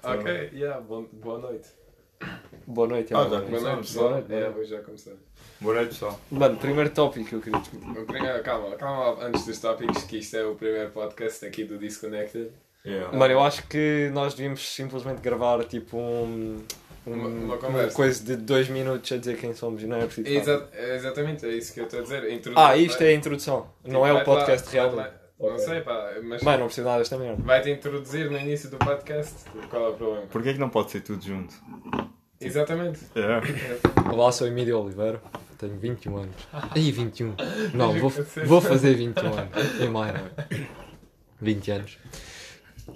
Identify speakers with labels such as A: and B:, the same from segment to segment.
A: Ah, ok, yeah, bom- boa noite.
B: Boa noite,
C: Ah,
B: Ana.
C: já
A: tá, Boa
C: começou.
A: noite, pessoal.
B: boa noite, boa
A: É,
B: noite.
A: vou já começar.
C: Boa noite, pessoal.
B: Mano, primeiro tópico que eu queria discutir.
A: Não queria- Calma, calma lá, antes dos tópicos, que isto é o primeiro podcast aqui do Disconnected.
C: Yeah.
B: Mano, eu acho que nós devíamos simplesmente gravar tipo um. um-
A: Uma- uma conversa.
B: coisa de dois minutos a dizer quem somos e não é preciso.
A: É,
B: falar.
A: exa- é exatamente, é isso que eu estou a dizer. a introdução,
B: Ah, isto
A: vai-
B: é a introdução. Não
A: vai
B: é o
A: lá-
B: podcast
A: vai
B: real.
A: lá- Não
B: Ok.
A: sei, pá, mas
B: Mano, não preciso nada desta merda.
A: vai-te introduzir no início do podcast. Qual é o problema?
C: Porquê que não pode ser tudo junto?
A: Exatamente.
C: Yeah.
B: Olá, sou Emílio Oliveira. Tenho 21 anos. Aí, 21. Não, vou,
A: Você-
B: vou fazer 21 anos. Em maio. 20 anos.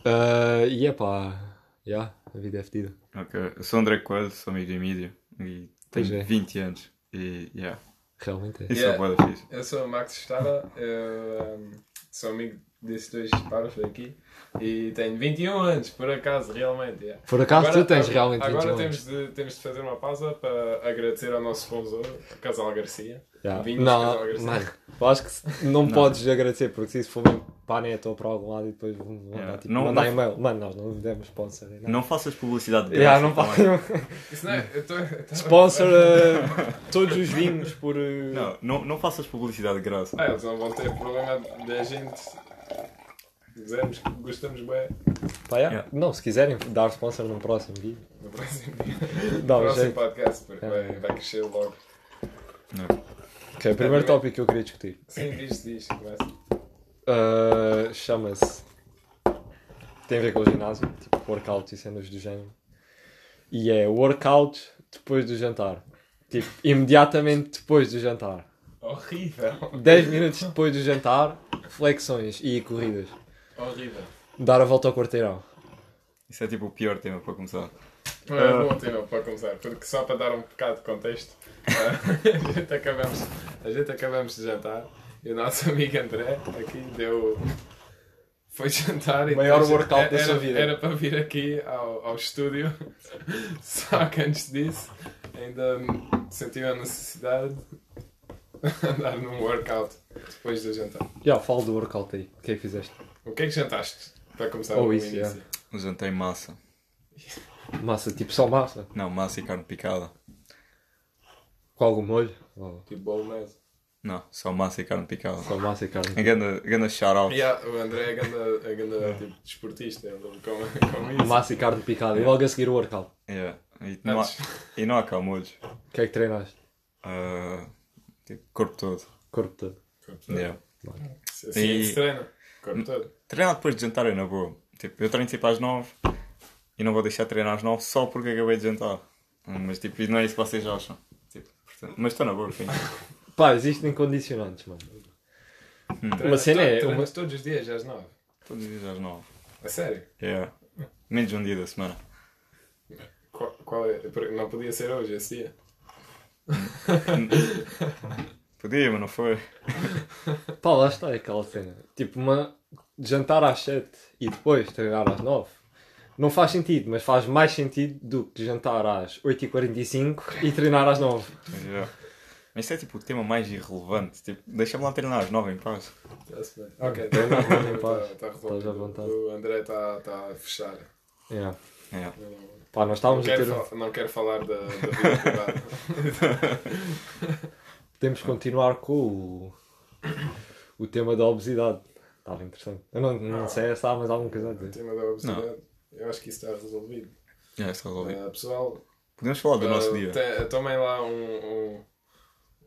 B: Ah, e é pá. já a vida é fedida.
C: Ok. Eu sou André Coelho, sou amigo de Emílio e
B: Pois
C: tenho
B: é.
C: 20 anos. E yeah.
B: Realmente é.
C: Isso
A: Yeah.
C: é boa da fixe.
A: Eu sou o Max Estrada, eu, um, sou amigo desses dois paros aqui e tenho 21 anos, por acaso, realmente. yeah.
B: Por acaso
A: Agora-
B: tu tens
A: agora-
B: realmente 21
A: Agora
B: anos.
A: temos de, temos de fazer uma pausa para agradecer ao nosso sponsor, Casal Garcia.
B: Yeah.
A: Vinhos Casal
B: Não,
A: Garcia.
B: mano, eu acho que se- não, podes agradecer, porque se isso for mesmo para a neta ou para algum lado e depois vão vão
C: Yeah.
B: dar, tipo,
C: Não-
B: mandar
C: não-
B: e-mail. Mano, nós não demos sponsor. nem nada.
C: Não faças publicidade de tá
B: Yeah, não
C: também.
B: fa-
A: Isso não é, eu tô, eu tô-
B: sponsor eh, todos os vinhos por. eh,
C: não, não, não faças publicidade de graça.
A: Ah, eles não vão ter problema da gente. Dizemos que gostamos bem
B: Pá, yeah.
C: Yeah.
B: Não, se quiserem dar sponsor num próximo vídeo.
A: no próximo dia.
B: Dá
A: no
B: um
A: próximo
B: jeito.
A: podcast, porque
B: É.
A: vai, vai crescer logo.
B: Ok, primeiro tópico que eu queria discutir.
A: Sim, diz, diz, começa.
B: Uh, Chama-se. Tem a ver com o ginásio, tipo workout e cenas do género. E é workout depois do jantar. Tipo, imediatamente depois do jantar.
A: Horrível,
B: 10 minutos depois do jantar, flexões e corridas.
A: horrível.
B: Dar a volta ao quarteirão.
C: Isso é tipo o pior tema para começar.
A: Não é
B: Ah.
A: bom tema para começar, porque só para dar um bocado de contexto, ah, a gente acabamos, a gente acabamos de jantar e o nosso amigo André aqui deu. Foi jantar e.
B: Maior
A: depois-
B: workout
A: era,
B: da sua vida.
A: Era para vir aqui ao, ao estúdio, só que antes disso ainda sentiu a necessidade de andar num workout depois do jantar.
B: Já, falo do workout aí. O que é que fizeste?
A: O que é que jantaste? Para começar
B: Oh,
A: o
B: isso,
A: início.
B: yeah.
C: Jantei massa.
B: Massa, tipo só massa.
C: Não, massa e carne picada.
B: Com algum molho. Ou
A: Tipo bolonese.
C: Não, só massa e carne picada.
B: só massa e
C: A
B: carne.
C: ganda, ganda shout-out.
A: Yeah, o André é ganda, é ganda tipo, desportista, ele com, com isso.
B: Massa e carne picada. E logo a seguir o workout.
C: Yeah. E, não há, e não há cá molhos.
B: O que é que treinaste?
C: Ah, tipo, corpo todo.
B: Corpo todo.
A: Corpo todo.
C: Yeah.
A: Assim
C: E-
A: se treina. Corpo todo.
C: Treinar depois de jantar é na boa. Tipo, eu treino tipo às 9 e não vou deixar de treinar às 9 só porque acabei de jantar. Mas tipo, não é isso que vocês acham. Tipo, portanto, mas estou na boa, enfim.
B: Pá, existem condicionantes, mano.
A: Uma
B: cena é-
A: Treinas todos os dias às nove.
C: Todos os dias às 9.
A: A sério?
C: Yeah. Menos um dia da semana.
A: Qual, qual é? Porque Não podia ser hoje esse dia.
C: Podia, mas não foi.
B: Pá, lá está é aquela cena. Tipo, uma... jantar às 7 e depois treinar às 9. Não faz sentido, mas faz mais sentido do que jantar às 8h45 e treinar às 9.
C: Mas, yeah. Mas isso é tipo o tema mais irrelevante. Tipo, deixa-me lá treinar às 9 em paz.
A: Está-se bem. Ok,
B: Não, não, não,
A: está
B: paz.
A: tá, tá
B: Estás à
A: resolvido.
B: vontade.
A: O André está tá a fechar.
B: Yeah.
C: Yeah.
A: Eu Não,
B: Pá, nós
A: não
B: estávamos a
A: quero,
B: ter. um-
A: fal- não quero falar da, da vida privada.
B: Temos que continuar com o, o tema da obesidade. Estava interessante. Eu não, não sei se há mais alguma coisa a
A: O
B: dizer.
A: tema da obesidade. Eu acho que isso está resolvido.
C: Yeah, isso resolvi.
A: Ah, pessoal,
C: Podemos falar do nosso
A: Uh,
C: dia.
A: te- tomem lá um, um,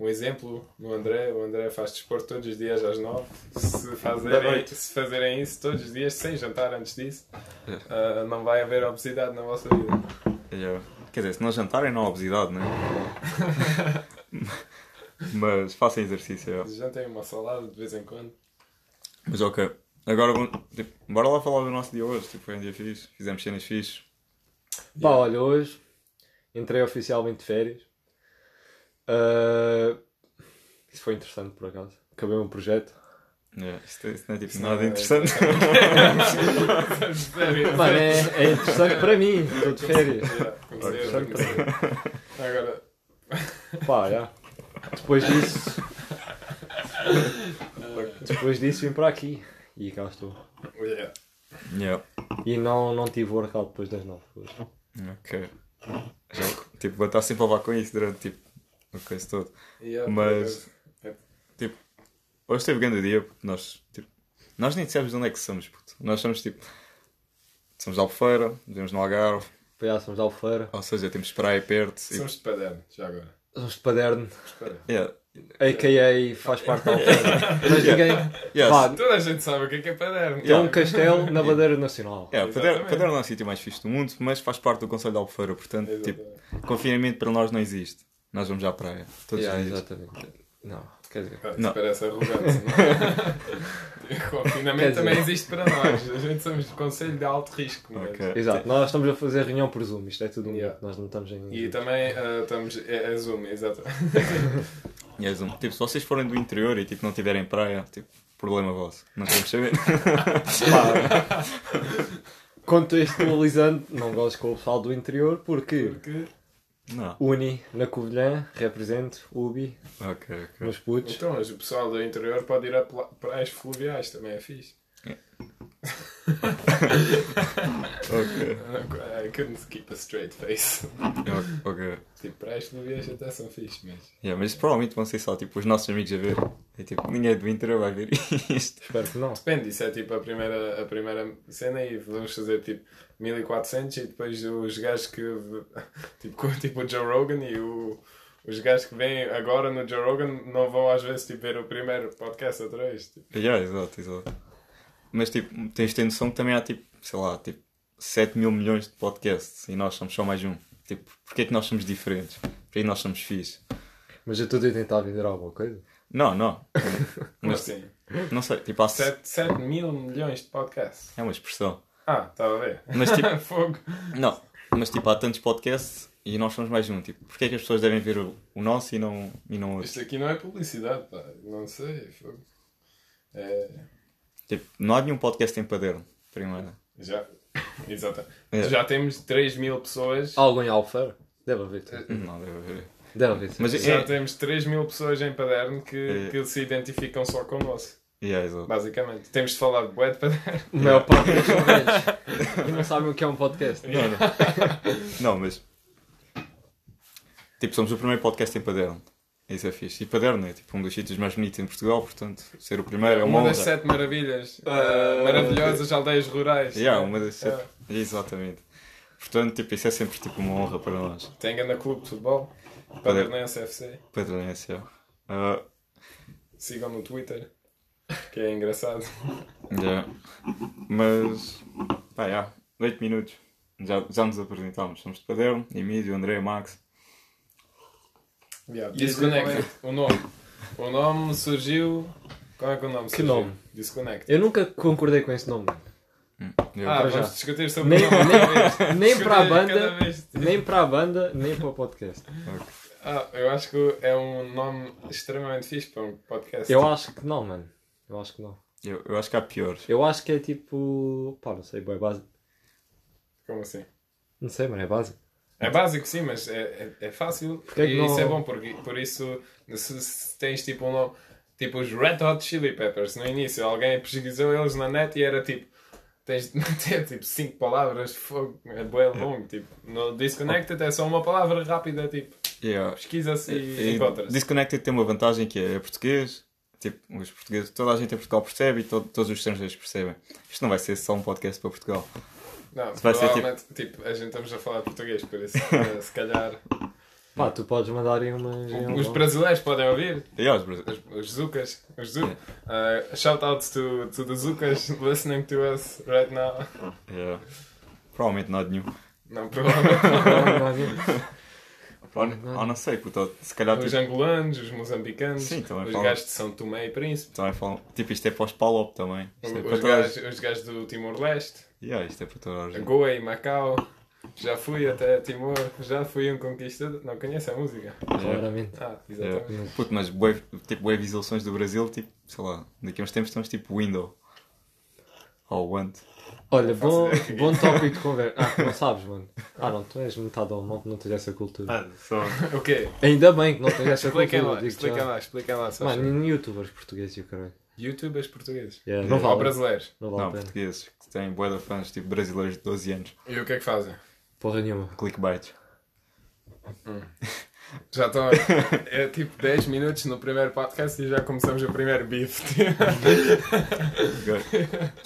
A: um exemplo no André. O André faz desporto todos os dias às 9. Se
C: Da
A: fazerem,
C: noite.
A: se fazerem isso todos os dias, sem jantar antes disso,
C: É.
A: uh, não vai haver obesidade na vossa vida.
C: Yeah. É, Quer dizer, se não jantarem, não há obesidade, né? mas façam exercício. é. Yeah.
A: Jantem uma salada de vez em quando.
C: Mas ok. Agora, vamos- tipo, bora lá falar do nosso dia hoje. Tipo, foi um dia fixe. Fizemos cenas fixe.
B: Pá, olha, hoje entrei oficialmente de férias. Ah, isso foi interessante por acaso. Acabei um projeto.
C: Yeah. Isto, isto não é tipo
A: Isso
C: nada
A: é-
C: interessante.
A: Sério?
B: Mano, é, é interessante para mim, estou de férias.
A: Yeah, comecei a reconhecer. Agora,
B: Pá, já. Depois disso.
A: ah,
B: Depois disso vim para aqui. E cá estou.
A: yeah.
C: Yeah.
B: E não, não tive workout depois das 9 hoje.
C: Ok. Já, tipo, vou estar sempre a levar com isso durante tipo, o coisa todo.
A: Yeah,
C: Mas-
A: por acaso.
C: Tipo, hoje teve grande dia, porque nós, tipo, nós nem dissemos de onde é que somos, puto. Nós somos tipo. Somos de Albufeira, vivemos no Algarve,
B: Para somos de Alfeira,
C: ou seja, temos praia perto. E,
A: Somos de paderno, já agora.
B: somos de Paderno,
A: Espera.
C: yeah.
B: a.k.a. faz parte da Alfeira. Mas ninguém...
C: Yes.
B: Vá,
A: Toda a gente sabe o que é que é paderno.
B: tem um
A: cara.
B: castelo na bandeira nacional.
C: Yeah, Pader-
A: Exatamente.
C: Pader não é o sítio mais fixe do mundo, mas faz parte do Conselho de Albufeira, portanto,
A: Exatamente.
C: tipo, confinamento para nós não existe. Nós vamos à praia, todos
B: Yeah,
C: os dias.
B: exatamente. Não, quer dizer...
A: Pá,
C: Não.
A: Isso parece arrogante. Não. é? o
B: Quer
A: confinamento
B: dizer-
A: também existe para nós. A gente somos de conselho de alto risco. é? mas-
C: Ok.
B: Exato, nós estamos a fazer reunião por Zoom, isto é tudo um
A: Yeah.
B: grupo, nós não estamos em...
A: E também ah, estamos. É, é Zoom, exato.
C: E é zoom. Tipo, se vocês forem do interior e tipo, não tiverem praia, tipo, problema vosso. Não queremos saber.
B: Pá, contextualizando, não gosto com o pessoal do interior porque
A: Porque.
C: não.
B: Uni na Covilhã, represento Ubi,
C: Ok, ok.
B: meus putos.
A: Então, mas o pessoal do interior pode ir a pla- praias fluviais, também é fixe.
C: Ok.
A: I couldn't keep a straight face.
C: Ok, ok.
A: Tipo, praias fluviais até são fixe, mas.
C: Yeah, mas provavelmente vão ser só tipo, os nossos amigos a ver. E tipo, ninguém do interior vai ver isto.
B: Espero que não.
A: Depende, isso é tipo a primeira, a primeira cena e vamos fazer tipo 1400 e depois os gajos que. v- Tipo, com- tipo o Joe Rogan e o, os gajos que vêm agora no Joe Rogan não vão às vezes tipo, ver o primeiro podcast outra vez. Tipo,
C: Yeah, exato, exato. Mas tipo, tens de ter noção que também há tipo, sei lá, tipo, 7 mil milhões de podcasts e nós somos só mais um. Tipo, porque é que nós somos diferentes? Porque é que nós somos fixe?
B: Mas eu estou a tentar vender alguma coisa.
C: Não, não.
A: mas
C: Mas
A: assim,
C: não sei, tipo, há 7.
A: 7, 7 mil milhões de podcasts.
C: É uma expressão.
A: Ah, estava a ver. É
C: Mas tipo,
A: Fogo.
C: Não, mas tipo, há tantos podcasts e nós somos mais um. Tipo, porque é que as pessoas devem ver o, o nosso e não, e não outro?
A: Isto aqui não é publicidade, pá. Não sei, fogo. É,
C: Tipo, não há nenhum podcast em paderno, primeiro.
A: já. Exato.
C: É.
A: Já temos 3 mil pessoas.
B: Algum em Alfeira? Deve haver. tudo.
A: Uhum.
C: Não, deve haver.
B: Deve haver. tudo.
C: Mas
A: Já
C: é.
A: temos 3 mil pessoas em Paderno que,
C: É.
A: que se identificam só com o nosso,
C: Yeah, é exato.
A: basicamente. Temos de falar de bué de Paderno.
B: A maior parte deles são velhos e não sabem o que é um podcast.
C: Não, não. não, mas. Tipo, somos o primeiro podcast em paderno. Isso é fixe. E paderno é tipo um dos sítios mais bonitos em Portugal, portanto, ser o primeiro é uma
A: Uma
C: honra.
A: das sete maravilhas.
B: Ah.
A: uh, maravilhosas aldeias rurais.
C: Yeah, uma das sete.
A: É.
C: Exatamente. Portanto, tipo, isso é sempre tipo uma honra para nós.
A: Tem grande clube de futebol. Padernense FC.
C: Padernense, é yeah. Ah,
A: Sigam no Twitter. Que é engraçado.
C: Já. Mas. Pá, já. 8 minutos. Já, já nos apresentámos. Somos de Paderno, Emílio, André, Max.
A: Yeah.
B: E
A: Disconnect. O nome. O nome surgiu. Como é que o nome surgiu?
B: nome?
A: Disconnect.
B: Eu nunca concordei com esse nome.
C: Eu-
A: Ah,
B: para
A: vamos
B: já.
A: discutir sobre
B: Nem,
A: o nome.
B: nem, nem
A: Discutir
B: para a
A: cada
B: banda,
A: vez.
B: nem para a banda, nem para o podcast.
A: Ah, eu acho que é um nome extremamente fixe para um podcast.
B: Eu acho que não, mano. Eu acho que não.
C: Eu, eu acho que há piores.
B: Eu acho que é tipo. Pá, não sei, boa, é base.
A: Como assim?
B: Não sei, mano, é base.
A: É básico, sim, mas é, é, é fácil.
B: é que
A: e
B: não-
A: isso é bom, porque, por isso, se, se tens tipo um nome. Tipo os Red Hot Chili Peppers, no início, alguém pesquisou eles na net e era tipo. Tens de meter tipo 5 palavras, fogo, é bué longo. Tipo, no Disconnected é só uma palavra rápida, tipo,
C: Yeah.
A: pesquisa-se É, e,
C: E
A: encontras.
C: eh, Disconnected tem uma vantagem que é, é português. Tipo, os portugueses, toda a gente em Portugal percebe e to- todos os estrangeiros percebem. Isto não vai ser só um podcast para Portugal.
A: Não,
C: vai ser,
A: provavelmente, tipo... a gente estamos a falar português, por isso, eh, se calhar.
B: Pá, tu podes mandar aí umas.
A: Os brasileiros podem ouvir,
C: E aos brasileiros.
A: Os, os Zucas, os Zuc. Uh, shout outs to, to the Zucas listening to us right now.
C: Yeah. eh, Provavelmente não há de nenhum.
A: Não, provavelmente.
C: Ou, ou ah, não sei, puto, se calhar
A: os
C: tipo,
A: angolanos, os moçambicanos,
C: Sim, também
A: os
C: falam.
A: gajos de São Tomé e Príncipe,
C: também falam. Tipo, isto é para os Palop também. Isto é para
A: os
C: todas.
A: gajos, os gajos do Timor-Leste,
C: Yeah, isto é para toda a gente.
A: Goa e Macau. Já fui até Timor, já fui um conquistador. Não conhece a música?
C: Yeah.
B: Claramente.
A: Ah,
C: É.
A: exatamente.
C: Puto, mas bué, tipo, bué visualizações do Brasil, tipo, sei lá, daqui a uns tempos estamos tipo window. Ou want.
B: Olha,
A: faço
B: bom,
A: ideia.
B: bom tópico de conversa. Ah, não sabes, mano. Ah, não, tu és metade alemão, tu não tens essa cultura.
C: só.
A: O quê?
B: Ainda bem que não tens essa cultura.
A: Ah. Expliquem lá,
B: digo-te já.
A: expliquem lá, expliquem lá. só
B: Mano, youtubers portugueses e o caralho.
A: Youtubers portugueses.
B: Yeah, não
A: Ou
B: vale.
A: brasileiros.
B: Não vale
C: Não,
B: a pena.
C: portugueses que têm bué de fãs, tipo brasileiros de 12 anos.
A: E o que é que fazem?
B: Porra nenhuma.
C: Clickbait.
A: Já estão. É tipo 10 minutos no primeiro podcast e já começamos o primeiro beef.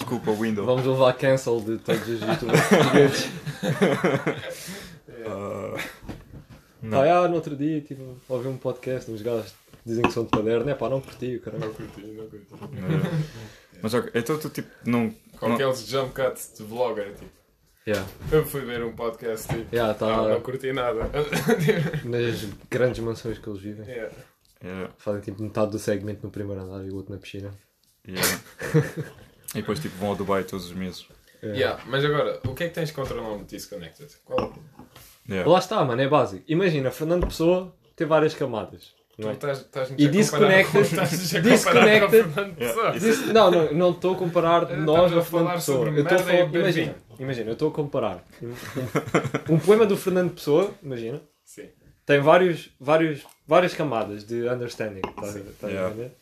C: Desculpa, Windows.
B: Vamos levar cancel de todos os youtubers portugueses.
C: Não.
B: Pá, ah, no outro dia, tipo, ouvi um podcast, uns gajos dizem que são de paderno. É pá, não curti, caramba.
A: não curti, não curti.
C: Mas ok, então tu tipo não.
A: Com aqueles jump cuts de vlogger, tipo.
B: Yeah.
A: Eu fui ver um podcast tipo.
B: Yeah, tá
A: Não, não curti nada.
B: nas grandes mansões que eles vivem.
A: Yeah.
C: Yeah,
B: Fazem tipo metade do segmento no primeiro andar e o outro na piscina.
C: yeah. e depois tipo vão ao Dubai todos os meses.
B: É.
A: Yeah, Mas agora, o que é que tens contra o nome de Disconnected? Qual?
C: Yeah.
B: Lá está, mano, é básico. Imagina, Fernando Pessoa tem várias camadas.
A: Tu
B: Não, é?
A: estás, estás
B: E disconnected- disconnected-
A: Yeah.
B: Disse- não, não, não estou a comparar
A: Eu
B: nós
A: estava
B: a
A: a
B: Fernando
A: falar
B: Pessoa.
A: sobre
B: Eu estou a
A: merda e
B: falar,
A: bebida.
B: imagina, imagina, eu estou a comparar um, um poema do Fernando Pessoa, imagina,
A: Sim.
B: tem vários, vários, várias camadas de understanding. Estás a- estás a
C: Yeah.
B: entender?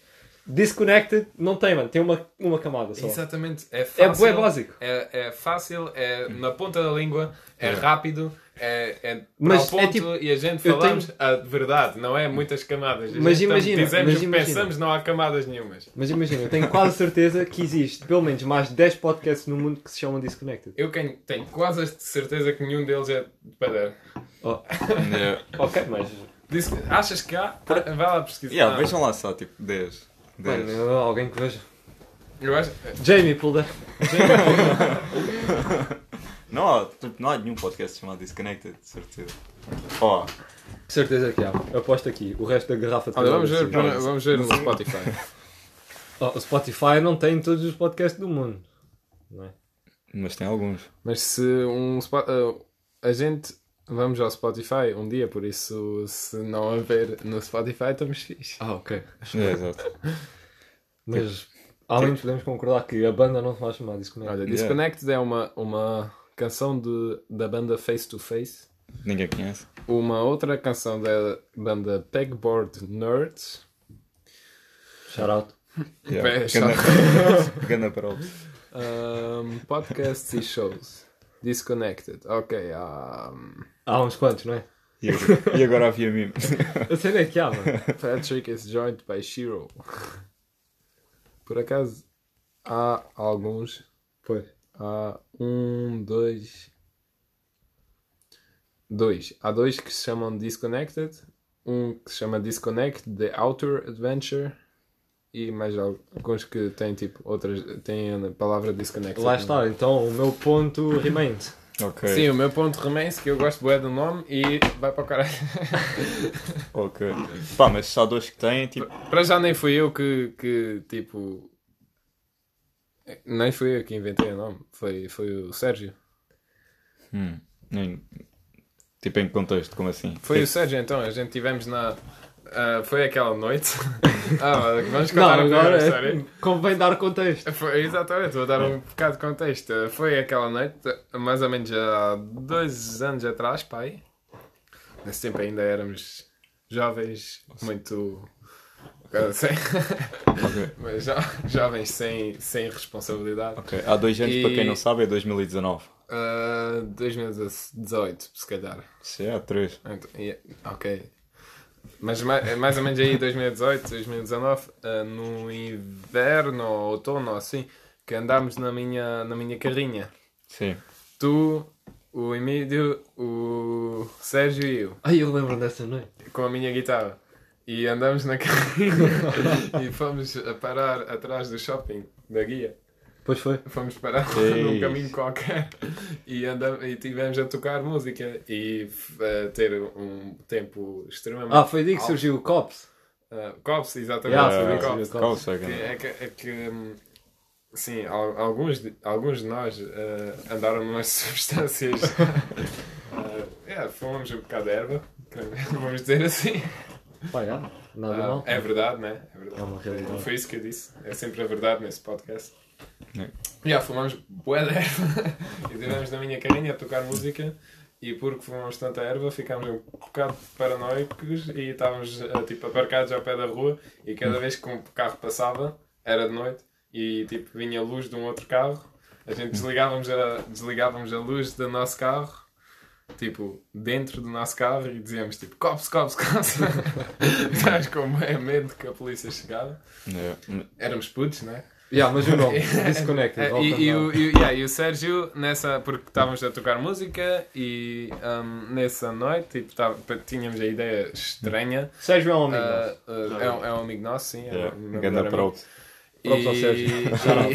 B: Disconnected não tem, mano, tem uma, uma camada só.
A: Exatamente. É
B: É
A: fácil.
B: bué básico.
A: É, é fácil, é na ponta da língua, é,
C: É.
A: rápido, é, é para
B: Mas
A: o ponto
B: é tipo-
A: e a gente
B: eu
A: falamos a verdade, não é muitas camadas. A
B: Mas
A: gente tam-
B: imagina,
A: dizemos
B: mas
A: o que
B: imagina.
A: pensamos, não há camadas nenhumas.
B: Mas imagina, eu tenho quase certeza que existe pelo menos mais 10 podcasts no mundo que se chamam Disconnected.
A: Eu quem- tenho quase a certeza que nenhum deles é de padrão.
B: Oh,
C: Yeah.
B: ok, mas.
A: Disse que- achas que há? Vai lá pesquisar.
C: Yeah, vejam lá só tipo 10. 10.
B: Mano, eu- alguém que veja.
A: Eu acho- eh,
B: Jamie Pulda.
C: Não, há, tipo, não há nenhum podcast chamado Disconnected, de certeza. Ó,
B: Certeza que há. Aposto aqui. O resto da garrafa de
A: Olha,
B: cada
A: vamos ver,
B: vez.
A: primeiro- vamos ver um- no Spotify.
B: Oh, O Spotify não tem todos os podcasts do mundo. Não é?
C: mas tem alguns.
A: Mas se um Spo- uh, a gente vamos ao Spotify um dia, por isso se não haver no Spotify estamos fixe.
B: Ah, ok.
C: É, exato.
B: Mas ao menos podemos concordar que a banda não se vai chamar Disconnected.
A: Olha, Disconnected é uma, uma canção de, da banda Face to Face,
C: Ninguém conhece.
A: uma outra canção da banda Pegboard Nerds.
B: Shout out.
A: Pé,
C: Yeah.
A: chato.
C: Ganda- Ganda props.
A: Um, podcasts e shows. Disconnected. Ok. Um,
B: Há uns quantos, não é?
C: E agora- e agora havia mim.
B: Eu sei nem que há, mano.
A: Patrick is joined by é Shiro. Por acaso, há alguns.
B: Pois.
A: Há um, dois. Dois. Há dois que se chamam Disconnected. Um que se chama Disconnect The Outer Adventure. E mais al- alguns que têm tipo outras. têm a palavra Disconnected.
B: Lá está, então o meu ponto remains.
C: Ok.
A: Sim, o meu ponto remains que eu gosto bué do nome e vai para o caralho.
C: Ok. Pá, mas só dois que têm, tipo.
A: Para já nem fui eu que, que tipo. Nem fui eu que inventei o nome, foi, foi o Sérgio.
C: Hum, em- tipo, em que contexto, como assim?
A: Foi o
C: tipo,
A: Sérgio então, a gente tivemos na. ah, foi aquela noite. ah, vamos
B: Não,
A: contar a primeira
B: agora
A: história.
B: é- convém dar contexto.
A: Foi, exatamente, vou dar um bocado de contexto. Foi aquela noite, mais ou menos há dois anos atrás, pai. Nesse tempo ainda éramos jovens, muito. ah, sem- Mas jo- jovens sem, sem responsabilidade.
C: ok. Há dois anos,
A: E-
C: para quem não sabe, é 2019.
A: Ah, 2018, se calhar.
C: Isso é há três.
A: Então, yeah, ok. Mas ma- é mais, ou menos aí 2018, 2019, ah, no inverno ou outono, ou assim, que andámos na minha, na minha carrinha.
C: Sim.
A: Tu, o Emílio, o Sérgio e eu,
B: Ai, eu lembro dessa noite.
A: com a minha guitarra. E andámos na carrinha e fomos a parar atrás do shopping da guia.
B: Pois foi.
A: fomos parar
B: É
C: Ei.
A: num caminho qualquer e, andam, e tivemos a tocar música e f- a ter um tempo extremamente.
B: Ah, foi daí que
A: alto.
B: surgiu o Cops.
A: Ah, Cops, exatamente.
B: Yeah,
A: foi
B: foi
A: do
B: daí que
A: Cops.
B: surgiu o
C: Qual o
B: Cops.
A: Que
C: segundo?
A: é que, é que, hum, sim, al- alguns de, alguns de nós ah, andaram numas substâncias. Ah, yeah, fomos um bocado de erva, vamos dizer assim.
B: Pá, já. Nada
A: Ah,
B: mal.
A: é verdade, né? É verdade.
B: É uma realidade.
A: Foi isso que eu disse. É sempre a verdade nesse podcast.
C: É.
A: Já fumamos bué de erva e tivemos na minha carinha a tocar música. E porque fumamos tanta erva, ficámos um bocado eh, paranoicos e estávamos ah, tipo, aparcados ao pé da rua. E cada vez que um carro passava, era de noite e tipo vinha a luz de um outro carro. A gente desligávamos a, desligávamos a luz do nosso carro, tipo, dentro do nosso carro e dizíamos tipo, cops, cops, cops. Estás com bué medo que a polícia chegava.
C: É.
A: Éramos putos, né?
B: Yeah, mas o nome, Disconnected.
A: É, e, e o, e, o- yeah, e o Sérgio, nessa, porque estávamos a tocar música e ahm, nessa noite tipo, tava- pa- tínhamos a ideia estranha.
B: Sérgio é um amigo
A: Ah,
B: nosso.
A: ah, é, um, é um amigo nosso, sim. É, um
C: Um
A: meu
C: grande
A: melhor amigo.
C: prop.
B: Props ao
A: E-
B: Sérgio.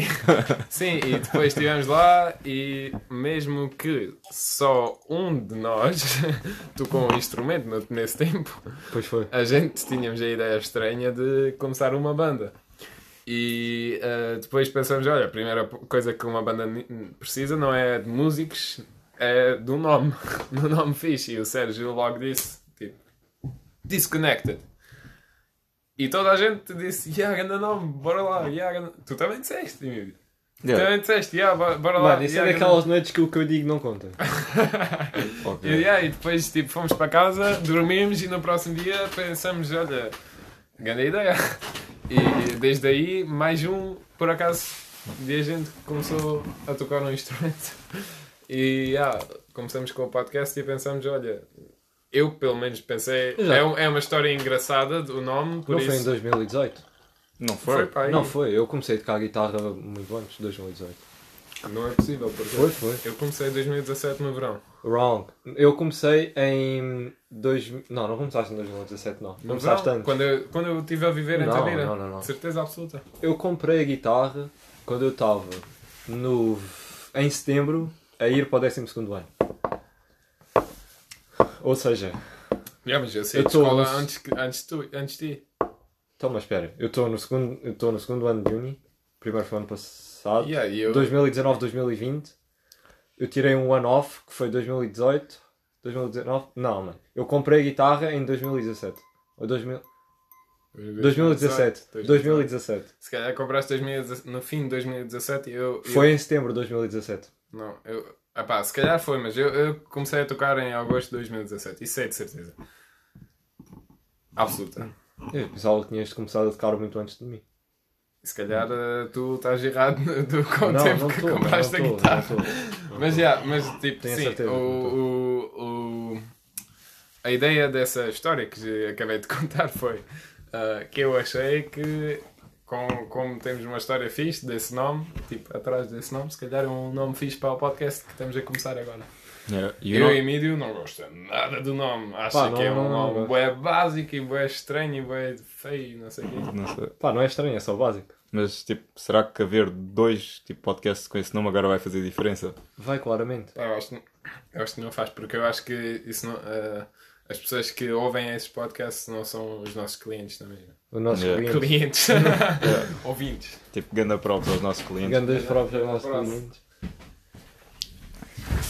A: e- sim, e depois estivemos lá e mesmo que só um de nós tocou um instrumento no- nesse tempo,
B: Pois foi.
A: a gente tínhamos a ideia estranha de começar uma banda. E ah, depois pensamos, olha, a primeira p- coisa que uma banda ni- precisa não é de músicos, é do nome, do nome fixe. E o Sérgio logo disse, tipo, Disconnected. E toda a gente disse, yeah, grande nome, bora lá, yeah, grande... Tu também disseste, miúdo. Tu
C: Yeah.
A: também disseste, yeah, bo- bora lá.
B: Mano, isso é
A: ah, yeah, grande
B: daquelas noites que o que eu digo não conta.
C: Ok.
A: E, yeah, e depois tipo, fomos para casa, dormimos e no próximo dia pensamos, olha, grande ideia. E desde aí, mais um, por acaso, um dia a gente começou a tocar um instrumento. E yeah, começamos com o podcast e pensamos, olha, eu pelo menos pensei,
B: Já.
A: é, um- é uma história engraçada do nome, por
B: não foi em
A: isso
B: 2018.
C: Não
A: foi
C: foi?
A: para aí.
B: Não foi, eu comecei a tocar guitarra muito antes, 2018.
A: Não é possível, porque
B: Foi, foi.
A: eu comecei em 2017 no verão.
B: Wrong. Eu comecei em. Dois... Não, não começaste em 2017, não.
A: No
B: Começaste
A: verão,
B: antes.
A: quando eu, quando eu estive a viver em
B: Não,
A: Tavira.
B: não, não, não.
A: Certeza absoluta.
B: Eu comprei a guitarra quando eu estava no... em setembro a ir para o 12 ano. Ou seja,
A: Yeah, mas eu sei
B: Eu
A: de
B: tô-
A: escola antes, que- antes, tu, antes de ti.
B: então, mas espera, eu estou no, segundo... eu estou no segundo ano de Uni, primeiro foi ano passado,
A: Yeah, e eu,
B: 2019, 2020. Eu tirei um ano off que foi 2018, 2019. Não, mano, eu comprei a guitarra em 2017. Ou 2000... 2017. 2017.
A: Se calhar compraste 2017 no fim de 2017 e eu. eu-
B: Foi em setembro de 2017.
A: não, eu. Epá, se calhar foi, mas eu, eu comecei a tocar em agosto de 2017. Isso é de certeza. Absoluta.
B: Eu pensava que tinhas começado a tocar muito antes de mim.
A: Se calhar eh, tu estás errado no- do com o
B: não,
A: tempo
B: não
A: que
B: estou, não
A: compraste a
B: estou,
A: guitarra.
B: não estou.
A: Mas, yeah, mas tipo,
B: Tenho a
A: sim,
B: certeza que
A: o, o, o- a ideia dessa história que acabei de contar foi ah, que eu achei que, com, como temos uma história fixe desse nome, tipo, atrás desse nome, se calhar é um nome fixe para o podcast que estamos a começar agora.
C: Yeah. E o
A: Eu,
C: nome-
A: e Emílio não gosto nada do nome, acho
B: Pá,
A: que é
B: não-
A: um
B: não- não
A: nome
B: gosto.
A: bué básico e bué estranho e bué feio e não sei o quê.
C: Não sei.
B: Pá, não é estranho, é só básico.
C: Mas tipo, será que haver dois tipo, podcasts com esse nome agora vai fazer diferença?
B: Vai claramente.
A: Pá, Eu acho, que, eu acho que não faz, porque eu acho que isso não, ah, as pessoas que ouvem esses podcasts não são os nossos clientes também. não é?
B: O nosso
C: Yeah.
B: cliente.
A: Clientes. Ouvintes.
C: Tipo, ganda props aos nossos clientes.
B: Grandes próprios aos nossos
A: Próximo.
B: clientes.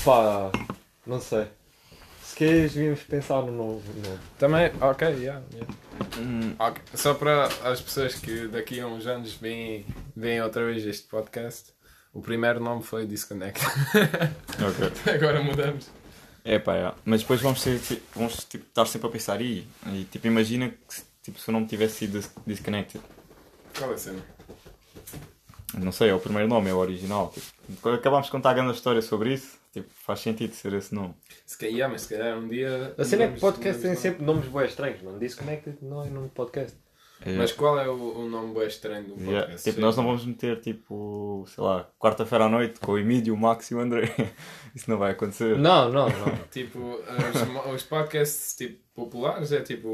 B: Pá, não sei. Se queres, devíamos pensar no novo nome.
A: Também, ok, yeah,
C: Hum,
A: Só para as pessoas que daqui a uns anos veem, veem outra vez este podcast, o primeiro nome foi Disconnect.
C: ok.
A: Agora mudamos.
C: É pá, é. mas depois vamos, ser, tipo, vamos tipo, estar sempre a pensar e, e tipo, imagina que se- tipo, se o nome tivesse sido dis- Disconnected.
A: Qual é a cena?
C: Não sei, é o primeiro nome, é o original. Tipo, acabámos de contar a grande história sobre isso. Tipo, faz sentido ser esse nome.
A: Se calhar, yeah, mas se calhar um dia.
B: A cena é que
A: mudamos-
B: podcast
A: mudamos o
B: tem
A: nome.
B: sempre nomes bem estranhos, mano. Disconnected não é nome de podcast.
C: É,
A: Mas qual é o, o nome bem estranho do
C: yeah,
A: podcast?
C: Tipo, nós não vamos meter, tipo, sei lá, quarta-feira à noite com o Emílio, o Max e o André. Isso não vai acontecer.
B: Não, não, não.
A: Tipo, os, mo- os podcasts tipo, populares é tipo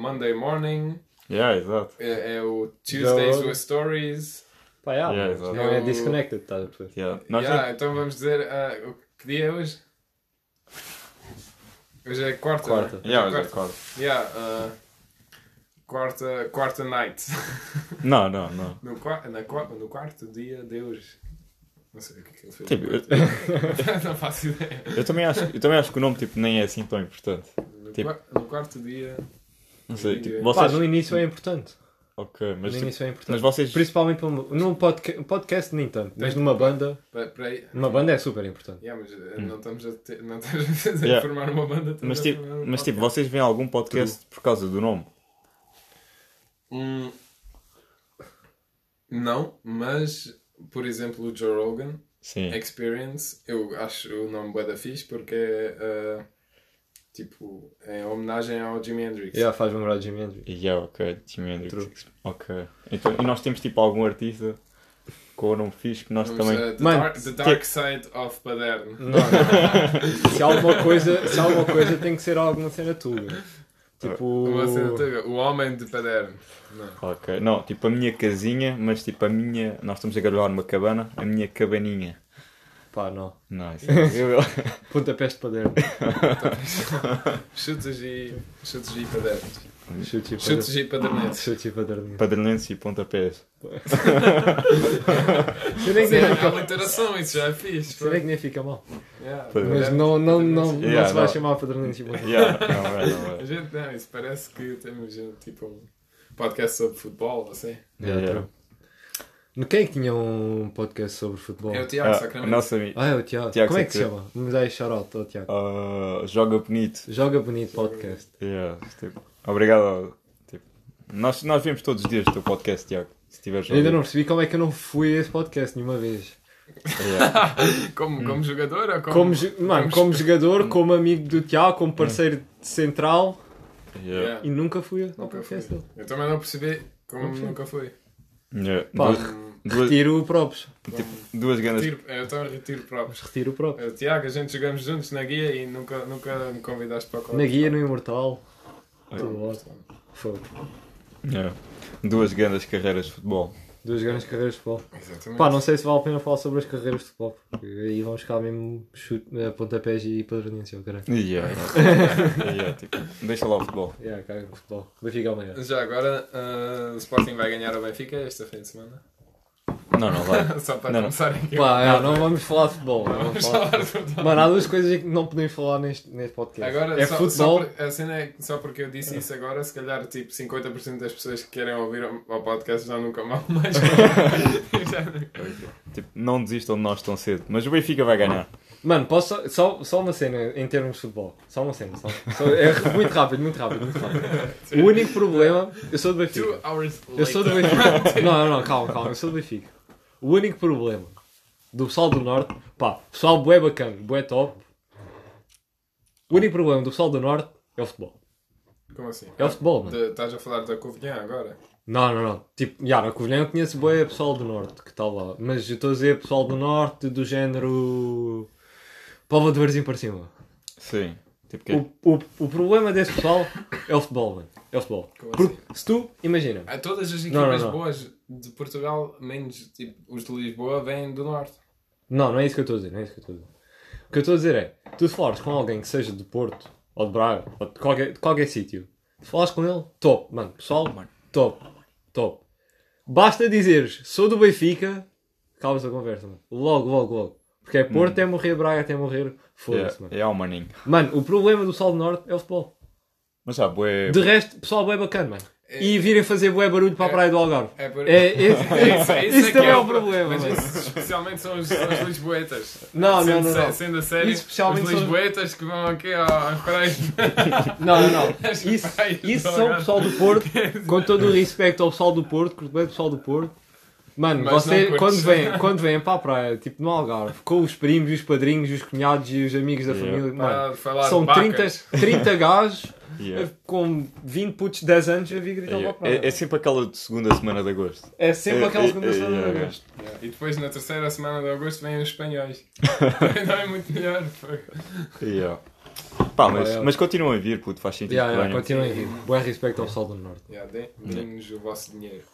A: Monday Morning,
C: Yeah, exato.
A: é, é o Tuesdays
B: Rogan.
A: with Stories.
B: Pá, yeah,
C: Yeah,
B: mas
C: exato.
B: não é
A: Eu-
B: disconnected, estás a perceber?
C: Yeah. Nós
A: Yeah, Então vamos dizer ah, o que dia é hoje? Hoje é quarta.
B: Quarta.
A: né?
C: nem- Yeah,
A: quarta.
C: exato, claro.
A: Yeah, ah, quarta, quarta night.
C: Não, não, não.
A: No, qua- na, qua- no quarto dia de hoje. Não sei o que é que ele fez.
C: Tipo, eu,
A: Não faço ideia.
C: eu também acho, eu também acho que o nome tipo, nem é assim tão importante.
A: No,
C: Tipo-
A: qua- no quarto dia.
C: Não sei, tipo,
A: Pá,
B: Pá,
C: vocês...
B: no início é importante.
C: Ok, mas,
B: No
C: tipo,
B: início é
C: mas
B: importante.
C: vocês...
B: Principalmente para um- num podca- podcast, nem tanto, mas numa banda.
A: pa- para aí-
B: Uma banda é super importante.
A: Yeah, mas ah, não estamos a, ter, não estamos a
C: Hum. Yeah.
A: formar uma banda. estamos
C: Mas
A: a
C: tipo,
A: formar um
C: mas, tipo
A: podcast.
C: vocês veem algum podcast por causa do nome?
A: Hum, Não, mas, por exemplo, o Joe Rogan
B: É
C: Sim.
A: Experience, eu acho o nome bué da fixe porque é, uh, tipo, em homenagem ao Jimi Hendrix.
B: Yeah, faz lembrar de Jimi Hendrix.
C: Yeah, ok, Jimi Hendrix.
B: True.
C: Ok. Então, e nós temos tipo algum artista com o nome fixe que nós
A: Vamos,
C: também.
A: uh, the,
B: Mano,
A: dark, the Dark Side of Paderno.
B: Não, não. se, há alguma coisa, se há alguma coisa, tem que ser alguma cena tua. Tipo.
A: Uma cena toda, O Homem de Paderno. Não.
C: Ok. Não, tipo a minha casinha, mas tipo a minha. Nós estamos a gravar numa cabana, a minha cabaninha.
B: Pá, não.
C: Não, isso é horrível.
B: Pontapés de paderno.
A: Chutes e, chutes e padernos.
B: Chute e
A: Chutes
B: paderno.
A: e padernetes.
B: Chute e paderno.
C: Padrinense e pontapés.
B: Eu nem
A: Isso é
B: sei
A: uma literação, isso já é fixe.
B: Será que nem fica mal?
A: Yeah,
C: Mas
B: é. Mas
A: Paderno.
B: não, não, não, não
C: Yeah,
B: se vai
C: não.
B: chamar Padronense e Bonito.
C: Yeah, não é, não
A: A
C: é.
A: gente não, isso parece que temos eh, tipo um podcast sobre futebol, assim.
B: Yeah,
C: Yeah.
B: true. No quem é que tinha um podcast sobre futebol?
A: É o Tiago
C: Ah,
A: Sacramento.
C: nosso amigo.
B: Ah, é o Tiago.
C: Tiago
B: Como é que se
C: Sacramento.
B: chama? Me dá aí shout-out ao Tiago.
C: Ah, joga bonito.
B: Joga Bonito Podcast.
C: Yeah, tipo, obrigado. ao- Tipo, nós, nós vimos todos os dias o teu podcast, Tiago. Se tiveres
B: Eu ainda
C: ouvido.
B: não percebi como é que eu não fui a esse podcast nenhuma vez.
C: Yeah.
A: Como, como jogador ou como.
B: Como, jo- mano, como jogador, como amigo do Tiago,
C: Hum.
B: como parceiro de central
C: Yeah.
A: Yeah.
B: e nunca fui ao
A: Nunca fui.
B: podcast dele.
A: Eu também não percebi como nunca fui.
C: Yeah.
B: Pá,
C: Duas- duas,
B: Retiro o próprios.
C: tipo, duas grandes
A: Retiro, eu estou a retiro próprios.
B: Retiro o próprio.
A: Eh, Tiago, a gente jogamos juntos na guia e nunca, nunca me convidaste para o
B: Na guia no Imortal.
C: É.
B: Tudo ótimo.
A: Portanto,
B: Fogo.
C: Yeah. Duas grandes carreiras de futebol.
B: Duas grandes carreiras de futebol.
A: Exatamente.
B: Pá, não sei se vale a pena falar sobre as carreiras de futebol, porque aí vamos ficar mesmo chute, eh, pontapés e padronense, eu caralho.
C: Yeah. yeah, tipo, deixa lá o futebol.
B: Yeah, caga no futebol. Benfica amanhã.
A: Já agora, eh, o Sporting vai ganhar o Benfica este fim de semana.
C: Não, não vai.
A: Só para
C: Não, não.
A: começar aqui.
B: Pá, é, não vamos falar de futebol. não vamos falar de futebol. Mano, há duas coisas que não podemos falar neste, neste podcast.
A: Agora,
B: é
A: só,
B: futebol.
A: Só, por- a cena é que só porque eu disse isso agora, se calhar tipo 50% das pessoas que querem ouvir o o podcast já nunca mal mais. Já nunca-
C: Tipo, não desistam de nós tão cedo. Mas o Benfica vai ganhar.
B: Mano, posso só, só, só uma cena em termos de futebol. Só uma cena. Só, só- é muito rápido, muito rápido, muito rápido. O único problema. Eu sou do Benfica.
A: Two hours later.
B: Eu sou do Benfica. Não, não, não, calma, calma, eu sou do Benfica. O único problema do pessoal do Norte, pá, pessoal bué bacana, bué top. O único problema do pessoal do Norte é o futebol.
A: Como assim?
B: É o futebol, mano.
A: De- Estás a falar da Covilhã agora?
B: Não, não, não. Tipo, já, na Covilhã eu conheço bué pessoal do Norte que está lá. Mas eu estou a dizer pessoal do Norte do género. Pova de Varzim para cima.
C: Sim. Tipo, que...
B: O, o, o problema desse pessoal é o futebol, mano. É o futebol.
A: Como
B: Porque se tu, imagina.
A: Há todas as
B: Não, não,
A: equipas
B: não.
A: boas de Portugal, menos tipo, os de Lisboa, vêm do norte.
B: Não, não é isso que eu estou a dizer, não é isso que eu estou a dizer. O que eu estou a dizer é, tu falares com alguém que seja de Porto, ou de Braga, ou de qualquer, de qualquer sítio, tu falares com ele, top, mano, pessoal, top, top. Basta dizeres, sou do Benfica, acabas a conversa, mano. Logo, logo, logo. Porque é Porto até morrer, Braga até morrer,
C: yeah,
B: foda-se, mano.
C: é o maninho.
B: Mano, o problema do Sol do Norte é o futebol.
C: Mas já, boé.
B: De resto, pessoal, bem bacana, mano. E virem fazer bué barulho para a praia do Algarve.
A: É por-
B: É, esse,
A: Isso, isso
B: isso
A: que
B: também é o
A: pro-
B: problema,
A: Mas
B: mano.
A: isso é especialmente são os, são os lisboetas.
B: Não, não,
A: sendo,
B: não, não.
A: sendo a sério,
B: Isso especialmente
A: os
B: são os-
A: lisboetas que vão aqui ao- aos praias.
B: Não, não, não.
A: As
B: Isso,
A: praias
B: isso
A: do
B: são o
A: Algarve.
B: pessoal do Porto, com
A: é
B: todo o respeito ao pessoal do Porto, com o respeito ao pessoal do Porto. Mano,
A: Mas não
B: você,
A: curtes.
B: quando vêm quando vêm para a praia, tipo no Algarve, com os primos, e os padrinhos, e os cunhados e os amigos da
C: Yeah.
B: família, mano,
A: Para falar de
B: são
A: vacas.
B: 30, 30 gajos
C: Yeah.
B: com 20 putos de 10 anos a vir gritar para a
C: Yeah.
B: praia.
C: É É, é sempre aquela de segunda semana de agosto.
B: É, sempre
C: é-
B: aquela
C: é-
B: segunda
C: é-
B: semana
C: é-
B: de agosto.
A: E depois na terceira semana de agosto vêm os espanhóis. não é muito melhor. foi.
C: Yeah. Pá, mas,
B: yeah.
C: mas continuam a vir, puto, faz sentido.
B: Yeah,
C: que
B: yeah,
C: venham.
B: continuem aqui. Bom respeito ao pessoal do Norte.
A: Yeah, dê- Deem-nos o vosso dinheiro.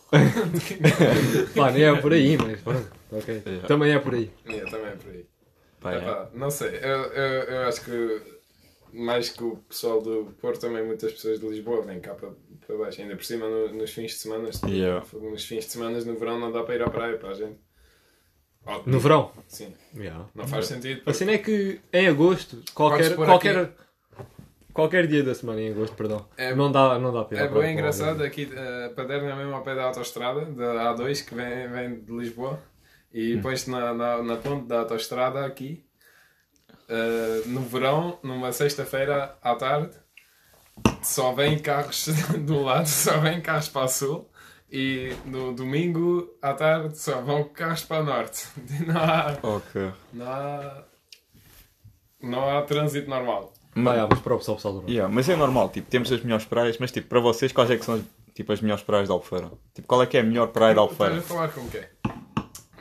B: Mano, é por aí, mas pronto. ok.
C: Yeah.
B: Também é por aí.
A: Yeah, também é por aí.
C: Pá,
A: Epá,
C: yeah.
A: não sei, eu, eu, eu acho que mais que o pessoal do Porto, também muitas pessoas de Lisboa vêm cá para, para baixo, ainda por cima no- nos fins de semana.
C: Yeah.
A: Nos fins de semana, no verão, não dá para ir à praia para a gente. Ó,
B: No verão.
A: Sim,
B: Yeah.
A: não faz sentido.
B: A
A: porque-
B: cena é que em agosto, qualquer,
A: Podes pôr
B: qualquer, qualquer dia da semana em agosto, perdão,
A: É-
B: não dá, não dá para ir
A: É
B: à praia
A: bem
B: com
A: engraçado,
B: alguém.
A: aqui a Paderno é mesmo ao pé da autostrada, da A2, que vem, vem de Lisboa, e pões-te na, na, na ponte da autostrada aqui, eh, no verão, numa sexta-feira um à tarde, só vêm carros do lado, só vêm carros para o sul, E no domingo à tarde só vão com carros para o norte. Não há,
C: Ok.
A: não há, não há trânsito normal.
B: Vai, ah, mas para o pessoal, pessoal do norte.
C: Yeah, mas é normal, tipo, temos as melhores praias, mas tipo, para vocês quais é que são as, tipo, as melhores praias de Albufeira? Tipo, qual é que é a melhor praia de
A: Estás
C: Albufeira?
A: a falar com quem?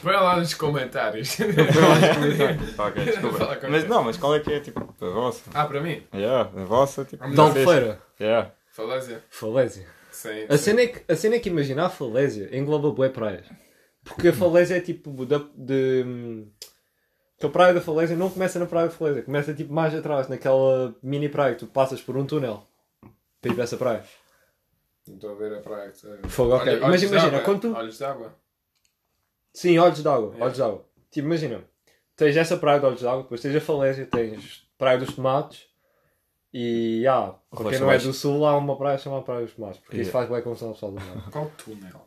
A: Põe lá nos comentários.
C: Tá, ok, desculpa.
A: Fala com
C: Mas
A: quem?
C: não, mas qual é que é tipo a vossa?
A: Ah, para mim?
C: Yeah, a vossa, tipo.
A: Ah,
B: De Albufeira.
C: Yeah.
A: Falésia?
B: Falésia.
A: Sim. sim.
B: A cena, é que, a cena é que imaginar a falésia engloba bué praias. Porque a falésia é tipo da, de... hum, que a praia da falésia não começa na praia da falésia. Começa tipo mais atrás, naquela mini praia que tu passas por um túnel. Para ir para essa praia.
A: Não estou a ver a praia. que está-
B: Fogo, ok.
A: Olha-
B: Mas
A: olhos
B: imagina,
A: d'água,
B: quando tu-
A: Olhos d'água.
B: Sim, olhos d'água.
A: Yeah.
B: Olhos d'água. Tipo, imagina. Tens essa praia de olhos d'água, depois tens a falésia, tens praia dos tomates. E, ah, para quem
C: Rocha
B: não é
C: Baixa.
B: do sul, há uma praia chamada Praia dos Tomates. Porque isso
C: Yeah.
B: faz bem confusão ao pessoal do norte.
A: Qual túnel?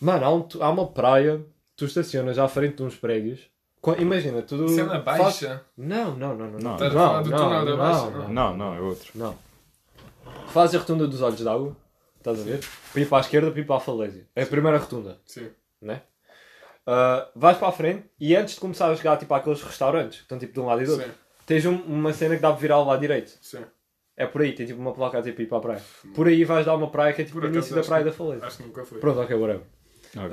B: Mano, há, um tu- há uma praia, tu estacionas à frente de uns prédios. Co- Imagina, tudo.
A: Isso é na
B: Faz...
A: Baixa?
B: Não, não, não, não.
C: Não.
B: Não,
A: Estás a
B: não,
A: falar do
B: não,
A: túnel da Baixa?
B: não,
C: Não, não, é outro.
B: não. Faz a rotunda dos olhos d'água, estás a ver? Pipa à esquerda, pipa à falésia. É a primeira rotunda,
A: Sim.
B: né? Ah, vais para a frente e antes de começar a chegar tipo, àqueles restaurantes que estão tipo de um lado e do outro,
A: Sim.
B: tens um- uma cena que dá para virar ao lado direito.
A: Sim.
B: É por aí, tem tipo uma placa a dizer pipa à praia. Por aí vais dar uma praia que é tipo
A: Por
B: o
A: acaso
B: início da
A: acho
B: praia
A: que-
B: da falésia.
A: Acho que é. nunca fui.
B: Pronto, ok, whatever.
C: Ok.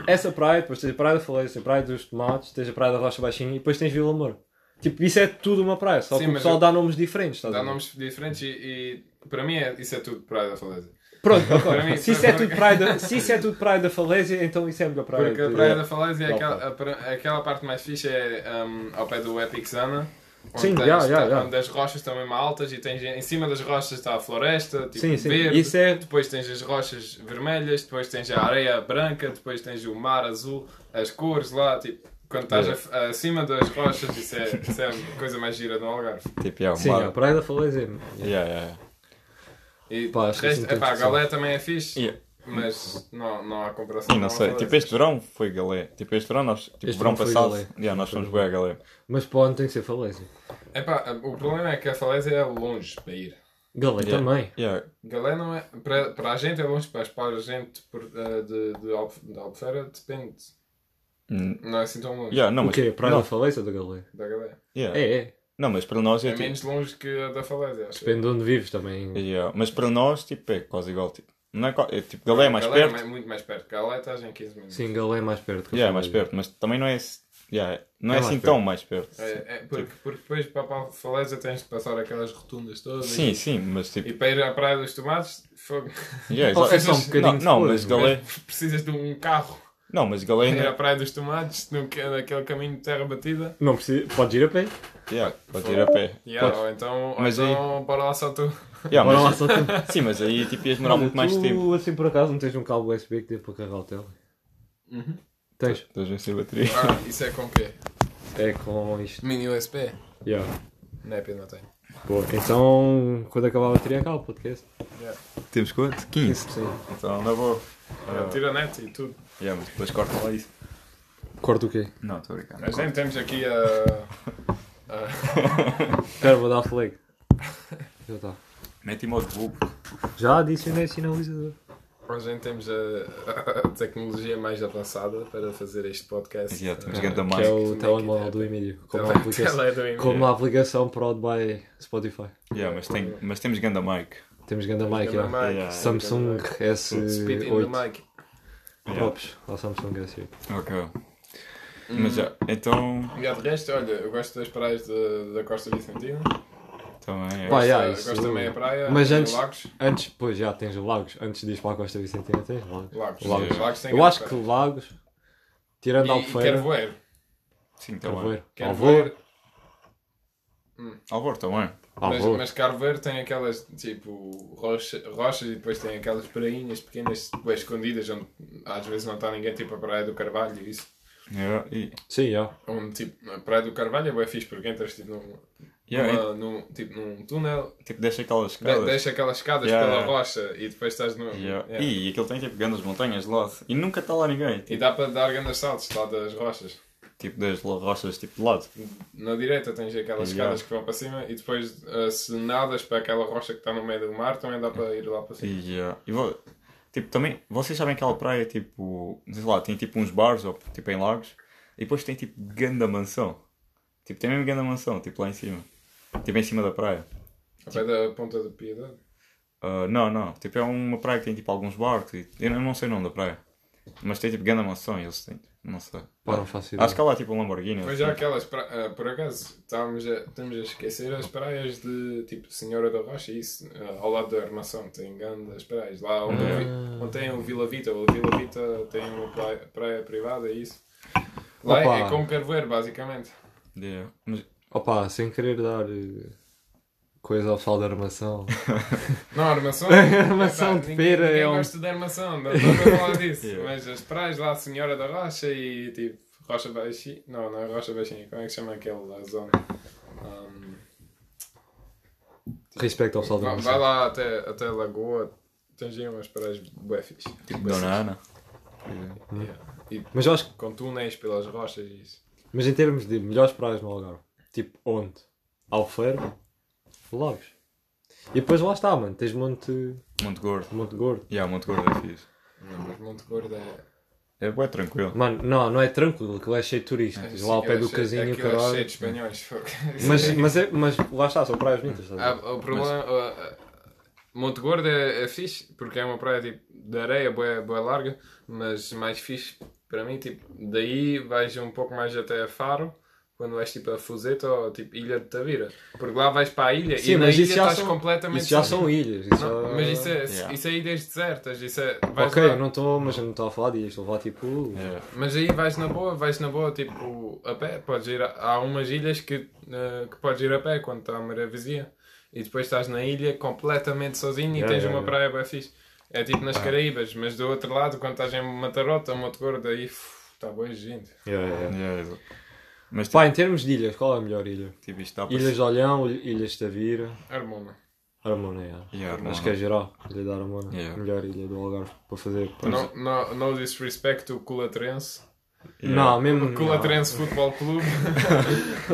B: Uh, essa praia, depois tens a praia da Falésia, tens a praia dos Tomates, tens a praia da Rocha Baixinha e depois tens Vila Amor. Tipo, isso é tudo uma praia, só
A: Sim,
B: que o
A: mas
B: pessoal
A: eu-
B: dá nomes diferentes, estás a
A: Dá
B: ver?
A: nomes diferentes e, e para mim é, isso é tudo praia da falésia.
B: Pronto, ok.
A: Para mim,
B: se, isso é tudo praia da, se isso é tudo praia da Falésia, então isso é a melhor praia.
A: Porque a
B: de-
A: praia da falésia é
B: Não,
A: aquela, a pra- aquela parte mais fixe, é um, ao pé do Epic Zana. Onde,
B: Sim,
A: tens,
B: yeah, yeah, yeah.
A: onde as rochas estão mesmo altas e tens, em cima das rochas está a floresta, tipo
B: Sim, sim.
A: verde,
B: Isso é.
A: depois tens as rochas vermelhas, depois tens a areia branca, depois tens o mar azul, as cores lá, tipo, quando
B: É.
A: estás a- acima das rochas, isso é, isso é a coisa mais gira do Algarve.
C: Tipo, yeah,
B: Sim,
C: uma-
B: a praia da Falésia. é-
C: Yeah, yeah.
A: E
B: Pá,
A: pá,
B: acho que
A: resto,
B: isso não tem
A: epá, a
B: discussão.
A: galé também é fixe,
C: Yeah.
A: mas não, não há comparação.
C: Sim, não
A: com a
C: sei.
A: Falésia.
C: Tipo, este verão foi galé. Tipo, este verão nós. Tipo,
B: Este
C: verão
B: verão foi
C: passado.
B: galé.
C: Yeah, nós fomos bem a galé.
B: Mas para onde tem que ser Falésia?
A: Epá, o problema é que a falésia é longe para ir.
B: Galé
C: Yeah.
B: também.
C: Yeah.
A: Galé não é. Para, para a gente é longe, mas para a gente por, eh, de, de, Alf, de Albufeira depende.
C: Hum,
A: Não é assim tão longe
C: Yeah, não,
B: O
C: mas,
B: quê? A praia
C: não,
B: da Falésia ou da Galé?
A: da Galé.
C: yeah.
B: É, é.
C: não, mas para nós é,
A: É
C: tipo.
A: menos longe que a da Falésia, acho.
B: Depende de onde vives também.
C: Yeah, Mas para nós, tipo, é quase igual. Tipo, não é, qua- é, tipo galé é mais
A: Galé
C: perto.
A: É mai- muito mais perto. Galé estás em 15 minutos.
B: Sim, Galé é mais perto. que a
C: Yeah, é mais
B: Falésia.
C: perto, mas também não é. esse- Yeah, não é,
B: É mais
C: assim
B: perto.
C: tão mais perto.
A: É, é porque, porque depois para para a Falésia tens de passar aquelas rotundas todas.
C: Sim,
A: E,
C: sim, mas tipo.
A: e para ir à Praia dos Tomates, fogo,
C: Yeah,
B: Oh, é
C: exato.
B: só um bocadinho
C: não, não, mas
B: depois,
C: galé.
A: precisas de um carro
C: Não, mas
A: para
C: galé.
A: ir à
C: Não, é.
A: Praia dos Tomates, num- naquele caminho de terra batida.
B: Não precisa. Podes ir a pé.
C: yeah, pode ir a pé.
A: Yeah,
C: Pois.
A: ou então, ou
C: Mas aí-
A: então bora lá só tu.
C: Yeah,
B: Bora lá
C: Ah, mas,
B: só tu.
C: sim, mas aí tipo, ias demorar muito mais
B: tu,
C: tempo.
B: assim por acaso, não tens um cabo USB que dê para carregar o tele?
A: Uhum.
B: Tens.
C: Estás a ser bateria.
A: Ah, isso é com o quê?
B: É com isto.
A: Mini USB?
B: Yeah.
A: Népia não tem.
B: Boa. Então, quando acabar a bateria, acaba o podcast.
C: Temos quanto? 15. Então, na boa.
A: Ah, Tira a net e tudo.
C: Yeah, mas depois corta lá isso.
B: Corta o quê?
C: Não, estou brincando.
A: Nós nem temos aqui a. a-
B: Espera, vou dar flag. Já está.
C: Mete em modo bobo.
B: Já adicionei sinalizador.
A: Nós nem temos a, a tecnologia mais avançada para fazer este podcast.
C: Yeah, temos
A: Ah,
C: grande
B: Que é
C: máscara.
B: o telemóvel do Emílio. Como
A: tele-
B: uma
C: é
B: aplicação,
A: tele é do e-mail.
B: como uma aplicação prod by Spotify.
C: Yeah, mas, tem, mas temos ganda mic.
B: Temos ganda
A: Ganda
B: mic, já.
A: mic,
C: é Yeah.
B: Samsung eh,
A: ganda mic. Speed in the
B: S8.
A: mic.
C: Yeah.
B: Props ao Samsung S8.
C: Ok.
A: Hum.
C: Hum. Mas já, então.
A: E há de resto, olha, eu gosto das praias de- da Costa Vicentina.
C: Também é.
B: Pá,
A: Gosto,
B: Ah, yeah, isso-
A: gosto também da praia.
B: Mas
A: e
B: antes-
A: Lagos.
B: Antes, pois já tens Lagos. Antes de ir para a Costa Vicentina, tens Lagos.
A: Lagos.
C: Lagos.
A: Lagos tem
B: Eu acho que
A: grande
B: Lagos, tirando
A: praia. E, e
B: Albufeira,
A: Carvoeiro.
C: Sim, tá também.
B: Carvoeiro, Alvor,
A: Carvoeiro.
C: Alvor também.
A: Mas,
B: Alvor.
A: mas Carveiro tem aquelas tipo rocha- rochas e depois tem aquelas prainhas pequenas bué escondidas onde às vezes não está ninguém, tipo a Praia do Carvalho e isso.
C: Yeah, e,
B: Sim, já.
A: Onde tipo, a Praia do Carvalho é bem fixe porque entras tipo num,
C: yeah,
A: numa- num- tipo, num túnel,
C: e, tipo, deixa aquelas
A: de-
C: escadas.
A: deixa aquelas escadas
C: Yeah,
A: pela
C: yeah.
A: rocha e depois estás no.
C: Yeah.
A: yeah. E...
C: E aquilo tem tipo grandes montanhas de lado. E nunca está lá ninguém. Tipo,
A: dá para dar grandes saltos lá das rochas.
C: tipo das lo- rochas tipo de lado.
A: Na direita tens aquelas
C: Yeah.
A: escadas que vão para cima e depois eh, se nadas para aquela rocha que está no meio do mar também dá para ir lá para cima.
C: E, yeah. e vou... Tipo, também, vocês sabem que aquela praia, tipo, sei lá, tem tipo uns bares, ou tipo em lagos, e depois tem tipo ganda mansão. Tipo, tem mesmo ganda mansão, tipo lá em cima. Tipo em cima da praia.
A: Ao pé da ponta do Piedade.
C: Ah, não, não. Tipo, é uma praia que tem tipo alguns barcos. E... Eu não sei o nome da praia. Mas tem tipo grande mansão e eles têm. Não sei.
B: Pá, não faço ideia.
C: Acho que há lá tipo um Lamborghini.
A: Mas já aquelas, pra- ah, por acaso, estávamos a, estamos a esquecer as praias de tipo Senhora da Rocha, isso, ah, ao lado da Armação, tem grandes praias. Lá onde,
C: Ah.
A: o Vi- onde tem o Vila Vita, o Vila Vita tem uma praia, praia privada, é isso. Lá é,
B: Opa.
A: é como Carvoeiro, basicamente.
C: Yeah. Mas, tipo,
B: Opa, sem querer dar eh, coisa ao pessoal da armação.
A: Não, Armação.
B: Armação de
A: ninguém-
B: pera
A: Ninguém
B: é um-
A: gosta de Armação, não estou a falar disso.
C: Yeah.
A: Mas as praias lá, Senhora da Rocha e tipo Rocha Baixinha. Não, não é Rocha Baixinha, como é que chama aquela zona? Um, Ahm,
B: Respeito ao pessoal da
A: Vai, vai
B: armação.
A: lá até, até a Lagoa, tens aí umas praias bué fixe.
C: tipo, Dona Ana.
A: Yeah. E
B: Mas eu acho que,
A: com túneis pelas rochas e isso.
B: mas em termos de melhores praias no Algarve, tipo onde? Alfeiro, Lagos. E depois lá está, mano. Tens Monte,
C: Monte Gordo.
B: Monte Gordo.
C: Yeah, Monte Gordo é fixe.
A: Não, mas Monte Gordo é...
C: É bem tranquilo.
B: Mano, não, não é tranquilo, aquilo é cheio de turistas. lá ao pé do
A: aquilo é cheio-
B: casinho,
A: aquilo é cheio
B: caralho.
A: de espanhóis. fogo.
B: Mas, mas, é, mas lá está, são praias bonitas. estás a ver?
A: Ah, o problema... ah, ah, Monte Gordo é, é fixe, porque é uma praia tipo, de areia, boa, boa larga, mas mais fixe para mim, tipo, daí vais um pouco mais até a Faro, quando vais tipo a Fuseta ou tipo Ilha de Tavira. Porque lá vais para a ilha e na ilha estás completamente
B: isso já
A: sozinho.
B: são ilhas. Isso
A: Não,
B: já-
A: mas isso é,
C: Yeah.
A: isso é ilhas desertas, isso é. Vais
B: Ok,
A: lá.
B: eu não estou, mas eu não estou a falar disto. Vou lá tipo.
C: Yeah.
A: Mas aí vais na boa, vais na boa, tipo, a pé. Podes ir a- há umas ilhas que, eh, que podes ir a pé quando está a maré vazia. E depois estás na ilha completamente sozinho e
B: Yeah,
A: tens
B: yeah, Ah.
A: uma praia bem fixe. É tipo nas Caraíbas, mas do outro lado, quando estás em Matarota, Monte Gordo, aí está boa gente.
C: Yeah, exato. Mas tipo,
B: é, Pá, em termos de ilhas, qual é a melhor ilha?
C: tipo isto está a
B: Ilhas
C: parecer-
B: de Olhão, Ilhas de Tavira,
A: Harmona.
B: Harmona, yeah.
C: Yeah,
B: acho
C: Harmona.
B: que é geral, Ilha da Harmona,
C: Yeah.
B: melhor ilha do Algarve para fazer. para-
A: No, no, no disrespect o Culatrense.
B: Não, mesmo.
A: O Culatrense Futebol Clube.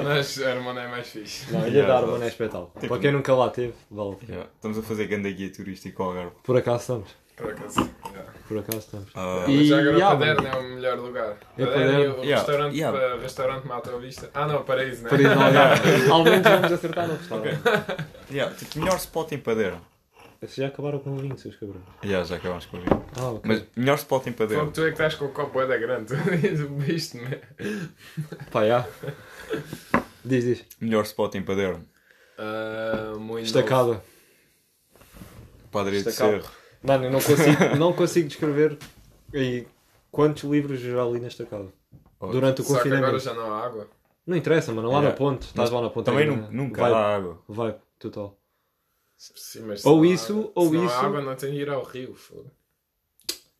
A: mas Harmona é mais fixe.
B: Não, não, Ilha
C: Yeah,
B: da
C: exato.
B: Harmona é espetáculo.
A: Tipo-
B: Para quem nunca lá teve, vale.
C: Yeah. Estamos a fazer ganda guia turística ao Algarve.
B: Por acaso estamos,
A: Por acaso. yeah.
B: por acaso estamos.
C: Ah,
B: E-
A: Mas já agora
B: yeah,
A: Paderno
B: mano.
A: é o melhor lugar.
B: É
A: Paderno e o
C: Yeah,
A: restaurante,
C: yeah.
A: pa- restaurante Malta à Vista. Ah não, Paraíso, né?
B: Por isso, Algarve. Ao menos vamos acertar no restaurante.
C: yeah, tipo, melhor spot em Padeira.
B: Vocês já acabaram com o vinho, seus cabrões.
C: Yeah, já acabámos com o vídeo.
B: Ah, ok.
C: Mas melhor spot em Padeira.
A: Fogo, tu é que estás com o copo é da grande. Tu dizes, Isto, né?
B: Pá, já. Diz, diz.
C: Melhor spot em Padeira.
A: Ah, muito
B: Estacada.
C: Padre de
B: Estacado.
C: Cerro.
B: Mano, eu não consigo, não consigo descrever aí quantos livros eu já li na estacada.
C: Oh,
B: Durante o
A: Só que agora
B: confinamento.
A: já não há água.
B: Não interessa, mano. Lá
C: Yeah.
B: na ponte. Estás lá na ponte.
C: Também
B: aí,
C: nu-
B: né?
C: nunca
B: Vibe.
C: há água.
B: Vibe, total.
A: Sim, mas se
B: Ou
A: não há
B: isso,
A: água-
B: ou
A: se não
B: isso.
A: há água não tem de ir ao rio. fogo.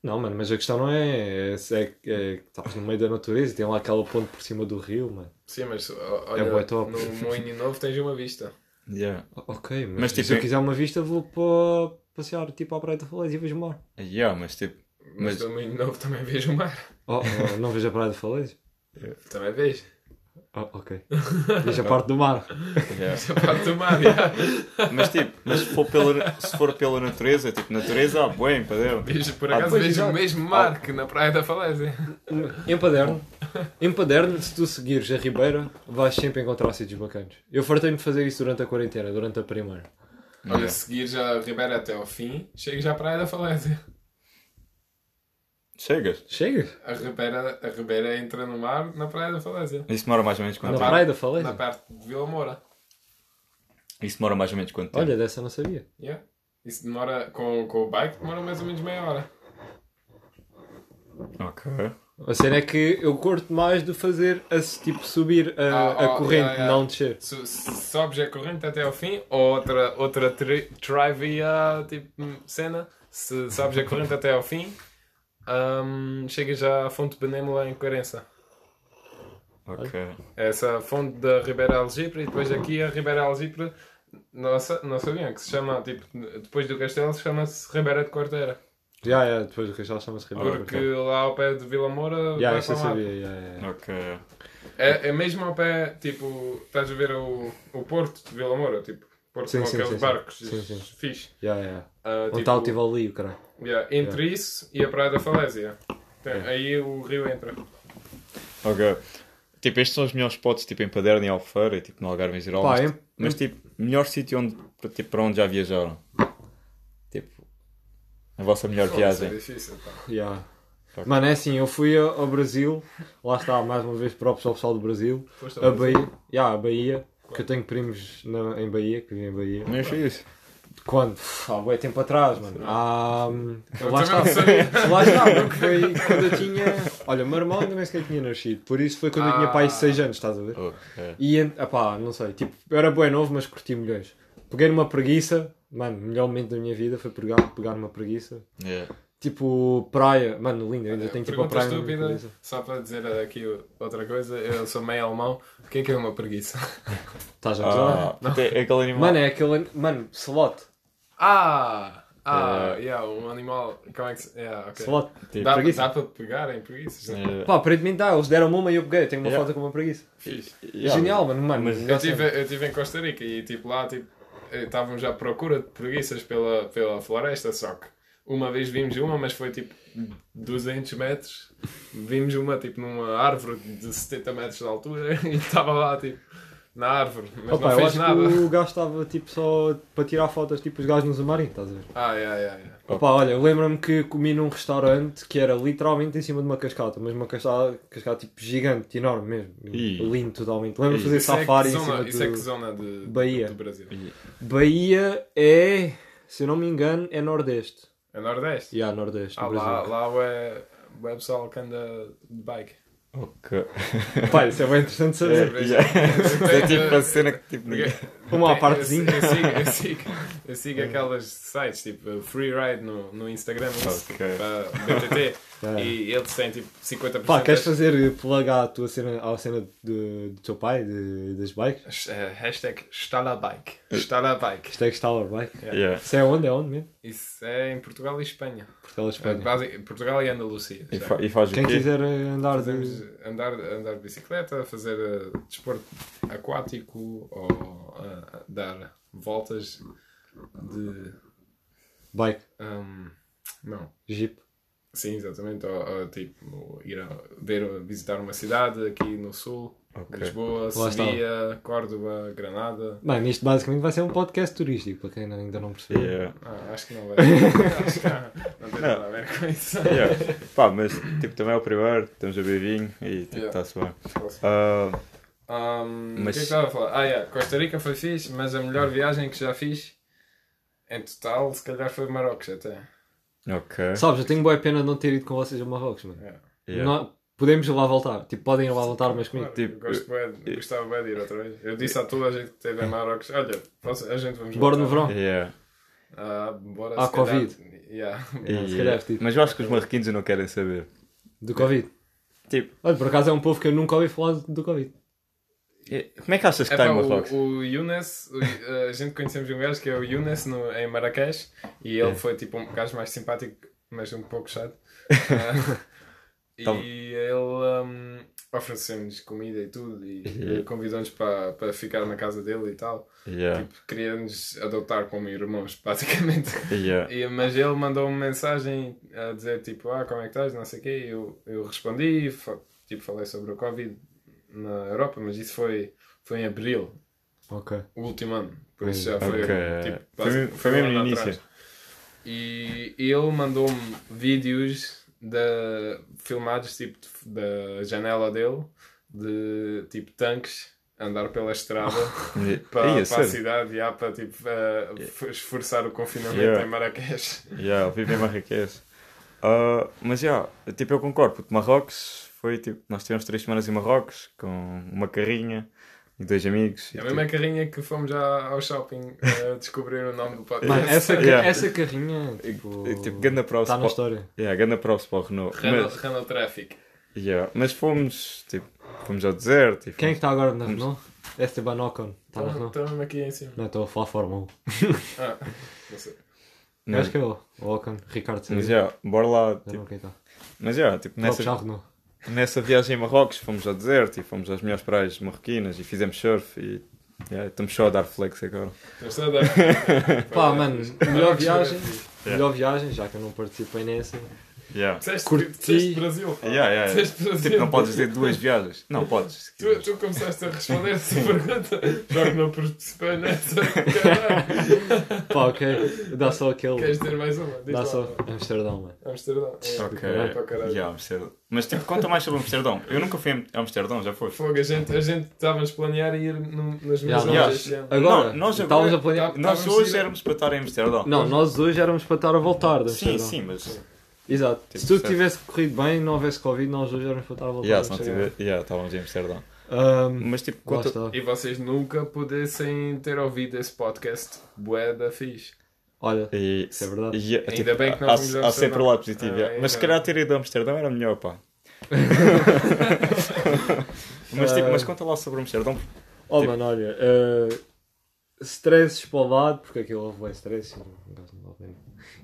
B: Não, mano, mas a questão não é... É se é que é que estás no meio da natureza e tem lá aquela ponte por cima do rio, mano.
A: Sim, mas ó, olha,
B: É bué top.
A: no Moinho Novo tens uma vista.
C: Yeah.
B: O- Ok, mas,
C: Mas, tipo,
B: se eu
C: é-
B: quiser uma vista vou para passear tipo à Praia da Falês e vejo o mar.
C: Yeah, mas tipo.
A: Mas,
C: Mas-
A: no Moinho Novo também vejo o mar.
B: Oh, oh, não vejo a Praia da Falês?
A: Também vejo.
B: Oh, ok. Vejo a parte do mar.
C: yeah.
A: Essa parte do mar, já.
C: Mas tipo, mas se for pela, se for pela natureza, tipo, natureza, ah, bué em Padeira.
A: Vejo- Por
C: Ah,
A: acaso
B: pois,
A: vejo
B: exato.
A: o mesmo mar que na Praia da Falésia.
B: Em Paderno, em Paderno, se tu seguires a Ribeira, vais sempre encontrar sítios bacanas. Eu fartei-me de fazer isso durante a quarentena, durante a primeira.
A: Olha,
C: Yeah.
A: seguir já a Ribeira até ao fim, chego já à Praia da Falésia.
C: Chegas.
B: Chegas?
A: A Ribeira, a Ribeira entra no mar na Praia da Falésia.
C: Isso demora mais ou menos
B: Na
C: quanto
A: pá.
C: tempo?
B: Praia da
A: Na
B: Falésia?
A: parte de Vila Moura.
C: Isso demora mais ou menos quanto tempo?
B: Olha, dessa eu não sabia.
A: Yeah. Isso demora, com, com o bike, demora mais ou menos meia hora.
C: Ok.
B: A cena é que eu curto mais de fazer, a, tipo, subir a,
A: Ah,
B: a
A: oh,
B: corrente,
A: yeah, yeah.
B: não descer.
A: Se, se sobes a corrente até ao fim, ou outra, outra tri, trivia tipo, hum, cena, se sobes a corrente até ao fim, hum, chegas já à fonte de Benêmula em Coerença.
C: Ok.
A: essa fonte da Ribeira Algipre e depois aqui a Ribeira Algipre não, sa- não sabiam que se chama, tipo, depois do castelo se chama-se Ribeira de Corteira
B: Já, já, depois o Castelo chama-se Ribeira.
A: porque é lá ao pé de Vila Moura
B: Já,
A: vai
B: isso eu
A: para o mar.
B: sabia. já, já, já.
C: Ok.
A: É, é mesmo ao pé, tipo, estás a ver o, o Porto de Vila Moura, tipo, Porto
B: Sim,
A: com
B: sim,
A: aqueles
B: sim, sim.
A: barcos
B: Sim, sim.
A: fixe.
B: Yeah, yeah.
A: Ah,
B: Onde está o Tivoli, o caralho.
A: yeah, entre isso e a Praia da Falésia. Tem- Aí o rio entra.
C: Ok. Tipo, estes são os melhores spots, tipo, em Paderno e Alfeira, e, tipo, no Algarve em
A: Oh,
C: geral.
B: Pá,
C: mas,
B: em-
C: mas, tipo, melhor sítio onde, para, tipo, para onde já viajaram. Tipo, a vossa melhor
A: Pô, isso é
C: viagem.
A: difícil, pá.
B: Yeah.
C: Tá.
B: Mano, é assim, eu fui ao ao Brasil, lá está, mais uma vez, próprio ao pessoal do Brasil,
A: Foste ao
B: a Bahia,
A: é.
B: yeah, a Bahia, que eu tenho primos na- em Bahia, que vivem em Bahia.
C: Mas foi isso.
B: Quando? Pff, Há bué tempo atrás, mano. Ah, hum,
A: Eu
B: lá
A: também
B: está.
A: não sabia.
B: Lá está, porque foi quando eu tinha. Olha, o meu irmão ainda nem sequer tinha nascido, por isso foi quando eu tinha
A: Ah.
B: pai 6 anos, estás a ver?
C: Oh, é.
B: E, ent- epá, não sei, tipo, eu era bué novo, mas curti milhões. Peguei numa preguiça, mano, o melhor momento da minha vida foi pegar, pegar numa preguiça.
C: É.
B: Tipo, praia, mano, lindo, eu ainda tenho tipo a
A: É, Pergunta
B: praia. na minha
A: estúpida,
B: cabeça.
A: só para dizer aqui outra coisa, eu sou meio alemão, o que é que é uma preguiça?
B: Estás a gozar?
C: Ah, puto, é aquele animal.
B: Mano, é aquele. Mano, slot.
A: Ah!
B: É.
A: Ah, yeah, um animal, como é que se... Yeah, ok.
B: Slot.
C: Tipo,
A: Dá,
B: preguiça.
A: dá para pegar em preguiças, né?
C: É.
B: Pá, aparentemente dá, eles deram-me uma e eu peguei. Eu tenho uma
C: Yeah.
B: foto com uma preguiça.
A: Fixe.
C: Yeah,
B: É Genial, mano. mano
C: Mas-
A: Eu
B: melhor cena.
A: estive tive em Costa Rica e tipo lá tipo, eh, estavam já à procura de preguiças pela, pela floresta, só que uma vez vimos uma, mas foi tipo 200 metros. Vimos uma tipo numa árvore de 70 metros de altura e estava lá tipo na árvore, mas
B: Opa,
A: não
B: eu
A: fez
B: acho
A: nada.
B: que o gajo estava tipo só para tirar fotos, tipo os gajos no Zumarim, estás a ver?
A: Ah, yeah, yeah, yeah.
B: Opa, olha, eu lembro-me que comi num restaurante que era literalmente em cima de uma cascata, mas uma cascata, cascata tipo gigante, enorme mesmo.
C: Ih.
B: Lindo totalmente. Lembro-me de
C: Ih.
B: fazer
A: Isso é que
B: safari em
A: zona-
B: cima
A: Isso
B: do...
A: é que zona de,
B: Bahia.
A: do Brasil?
C: é,
B: Bahia é, se eu não me engano, é Nordeste.
A: É Nordeste?
B: E yeah, Nordeste,
A: Ah,
B: no
A: lá,
B: Brasil.
A: lá é, é pessoal que anda de bike.
C: Ok.
B: Pá, isso é bem interessante saber.
A: É.
C: Yeah. É tipo a cena que tipo.
A: Porque-
C: ninguém-
B: Uma à
A: Eu-
B: partezinha.
A: Eu, sigo, eu, sigo, eu sigo aquelas sites tipo Free Ride no, no Instagram, isso,
C: Ok.
A: para BTT,
B: É.
A: e eles têm tipo 50%.
B: Pá, queres fazer plug à tua cena, à cena do, do teu pai, de- das bikes?
A: das- eh, hashtag Stalabike. Stalabike.
B: Hashtag Stellar Bike.
C: Yeah.
B: Isso é onde? É onde mesmo?
A: Isso é em Portugal e Espanha.
B: Portela,
A: É,
B: Espanha.
A: basi- Portugal e Andalucia.
C: E,
A: já.
C: fa- e faz
B: Quem
C: o quê?
B: quiser eh, andar
A: Podemos
B: de...
A: andar, andar de bicicleta, fazer eh, desporto aquático ou eh, dar voltas de.
B: bike,
A: ahm, não.
B: jeep.
A: Sim, exatamente. Ou, ou, tipo, ir a, ver, visitar uma cidade aqui no sul,
C: Ok.
A: Lisboa,
B: Lá está.
A: Sevilha, Córdoba, Granada.
B: Mano, isto basicamente vai ser um podcast turístico, para quem ainda não percebeu.
C: Yeah.
A: Ah, acho que não vai. acho que não, não tem nada a ver com isso.
C: Yeah. Pá, mas tipo, também é o primeiro, estamos a beber vinho e tipo,
A: Yeah.
C: está-se bem. Ah,
A: Ahm, O que é
C: Mas-
A: que estava a falar? Ah, yeah, Costa Rica foi fixe, mas a melhor viagem que já fiz em total, se calhar, foi Marrocos até.
C: ok.
B: Sabes, eu tenho boa pena de não ter ido com vocês a Marrocos, mano.
A: Yeah.
C: Yeah.
B: Não- podemos ir lá voltar. Tipo, podem ir lá voltar, mas comigo.
A: Claro,
C: Tipo,
A: eu gosto bué de- gostava bem de ir outra vez. Eu disse a toda a gente que esteve em Marrocos: olha, posso- a gente vamos.
B: Bora no
A: voltar."
B: verão.
C: Yeah.
A: Ah, bora
B: Há
A: se calhar-
B: Covid.
A: Yeah.
B: É, se
C: E-
B: calhar, tipo.
C: Mas eu acho que os marroquinos não querem saber.
B: Do Covid.
C: Tipo,
B: Olha, por acaso é um povo que eu nunca ouvi falar do Covid.
C: é- como é que achas que
A: É
C: está
A: pá,
C: em Marrocos?
A: o, o Younes, o- a gente conhecemos um gajo que é o Younes no, em Marrakech e
C: É.
A: ele foi tipo um gajo mais simpático, mas um pouco chato. Ah, e
C: Tá bom.
A: ele hum, ofereceu-nos comida e tudo e
C: Uhum.
A: eh, convidou-nos para, para ficar na casa dele e tal.
C: Yeah.
A: Tipo, queria-nos adotar como irmãos, basicamente.
C: Yeah.
A: E- mas ele mandou uma mensagem a dizer tipo, ah, como é que estás, não sei o quê, e eu, eu respondi, fa- tipo, falei sobre o Covid na Europa, mas isso foi, foi em Abril,
B: Ok.
A: o último ano, por isso já foi,
C: Hum, Ok.
A: tipo,
C: Foi mesmo-
A: quase
C: foi mesmo
A: um
C: no
A: ano
C: início.
A: atrás. E ele mandou-me vídeos da filmados, tipo, de- da janela dele, de, tipo, tanques, a andar pela estrada para,
C: E- Ei,
A: para
C: a
A: a
C: sério?
A: cidade, já, para tipo, eh, f- esforçar o confinamento
C: Yeah.
A: em Marrakech.
C: Yeah, vivo em Marrakech. Ah, mas já, tipo, eu concordo, porque Marrocos foi tipo, nós tivemos três semanas em Marrocos com uma carrinha e dois amigos. e,
A: É a
C: tipo,
A: mesma carrinha que fomos já ao shopping eh, descobrir o nome do podcast.
B: Mano, essa, ca-
C: Yeah.
B: essa carrinha, tipo.
C: e, tipo, ganda props
B: Está na
C: para-
B: história.
C: yeah, ganda props para o Renault.
A: Tá Renault,
C: Mas,
A: Renault Traffic.
C: yeah, mas fomos, tipo, fomos ao deserto. E
B: Quem é que
C: fomos-
B: está agora na Renault? Esteban Ocon. Está na Renault?
A: Estamos aqui em cima.
B: Não, estou a falar Fórmula 1.
A: Ah, não sei.
B: Eu acho
C: mas,
B: que é o o Ocon. Ricardo
C: mas
B: Silva. Já
C: já, bora lá. Tipo,
B: não quem está.
C: mas já, tipo,
B: Nessa...
C: nessa,
B: Já é? Renault.
C: Nessa viagem a Marrocos fomos ao deserto e fomos às melhores praias marroquinas e fizemos surf e Yeah, estamos só a dar flex agora.
A: Mas só dá-
B: Pá, mano, melhor viagem.
C: Yeah.
B: Melhor viagem, já que eu não participei nessa.
C: Yeah.
A: Disseste, tipo,
B: Curti.
A: disseste Brasil. pá.
C: Yeah, yeah, yeah.
A: Disseste Brasil.
C: Tipo, não podes dizer duas viagens. Não, podes. se
A: Tu,
C: quiseres.
A: tu começaste a responder essa pergunta. Já que não participei nessa. Caralho.
B: Pá, ok. Dá só aquele.
A: Queres ter mais uma? Diz
B: Dá
A: lá.
B: só Amsterdão, mano.
A: Amsterdão. É.
C: Ok.
A: Vai para o caralho.
C: Yeah, Amsterdão. Mas tipo, conta mais sobre Amsterdão. Eu nunca fui a Amsterdão, já foste?
A: Fogo, a gente a gente estávamos a planear ir no- nas minhas
C: yeah.
B: Já,
A: lojas.
B: nós,
A: já.
B: agora,
C: Não, nós
B: estávamos
C: agora-
B: a planear.
C: Nós
A: Estávamos
C: hoje
A: a ir-
C: éramos para estar em Amsterdão.
B: Não, nós hoje éramos para estar a voltar de
C: Sim,
B: Amsterdão.
C: sim, mas.
B: Exato.
C: Tipo,
B: Se tudo
C: certo.
B: tivesse corrido bem, não houvesse Covid, nós hoje éramos para estar a voltar
C: Yeah,
B: de
C: se não
B: Amsterdão.
C: tiver- yeah, estávamos em Amsterdão.
B: Ahm,
C: Mas tipo,
B: lá
C: conta.
B: está.
A: E vocês nunca pudessem ter ouvido esse podcast bué da fixe.
B: Olha,
C: E,
B: Isso é verdade.
C: e, tipo,
A: Ainda bem que não
C: há,
A: fomos a
C: há sempre
A: Amsterdão.
C: o lado positivo.
A: Ah,
C: yeah. Mas se
A: ainda
C: calhar ter ido a Amsterdão era melhor, pá. mas, tipo,
B: Ah.
C: mas conta lá sobre Amsterdão. porque-
B: oh
C: Tipo-
B: mano, olha, ah, stresses para o lado, porque aquilo houve bem stress e não gosto de ouvir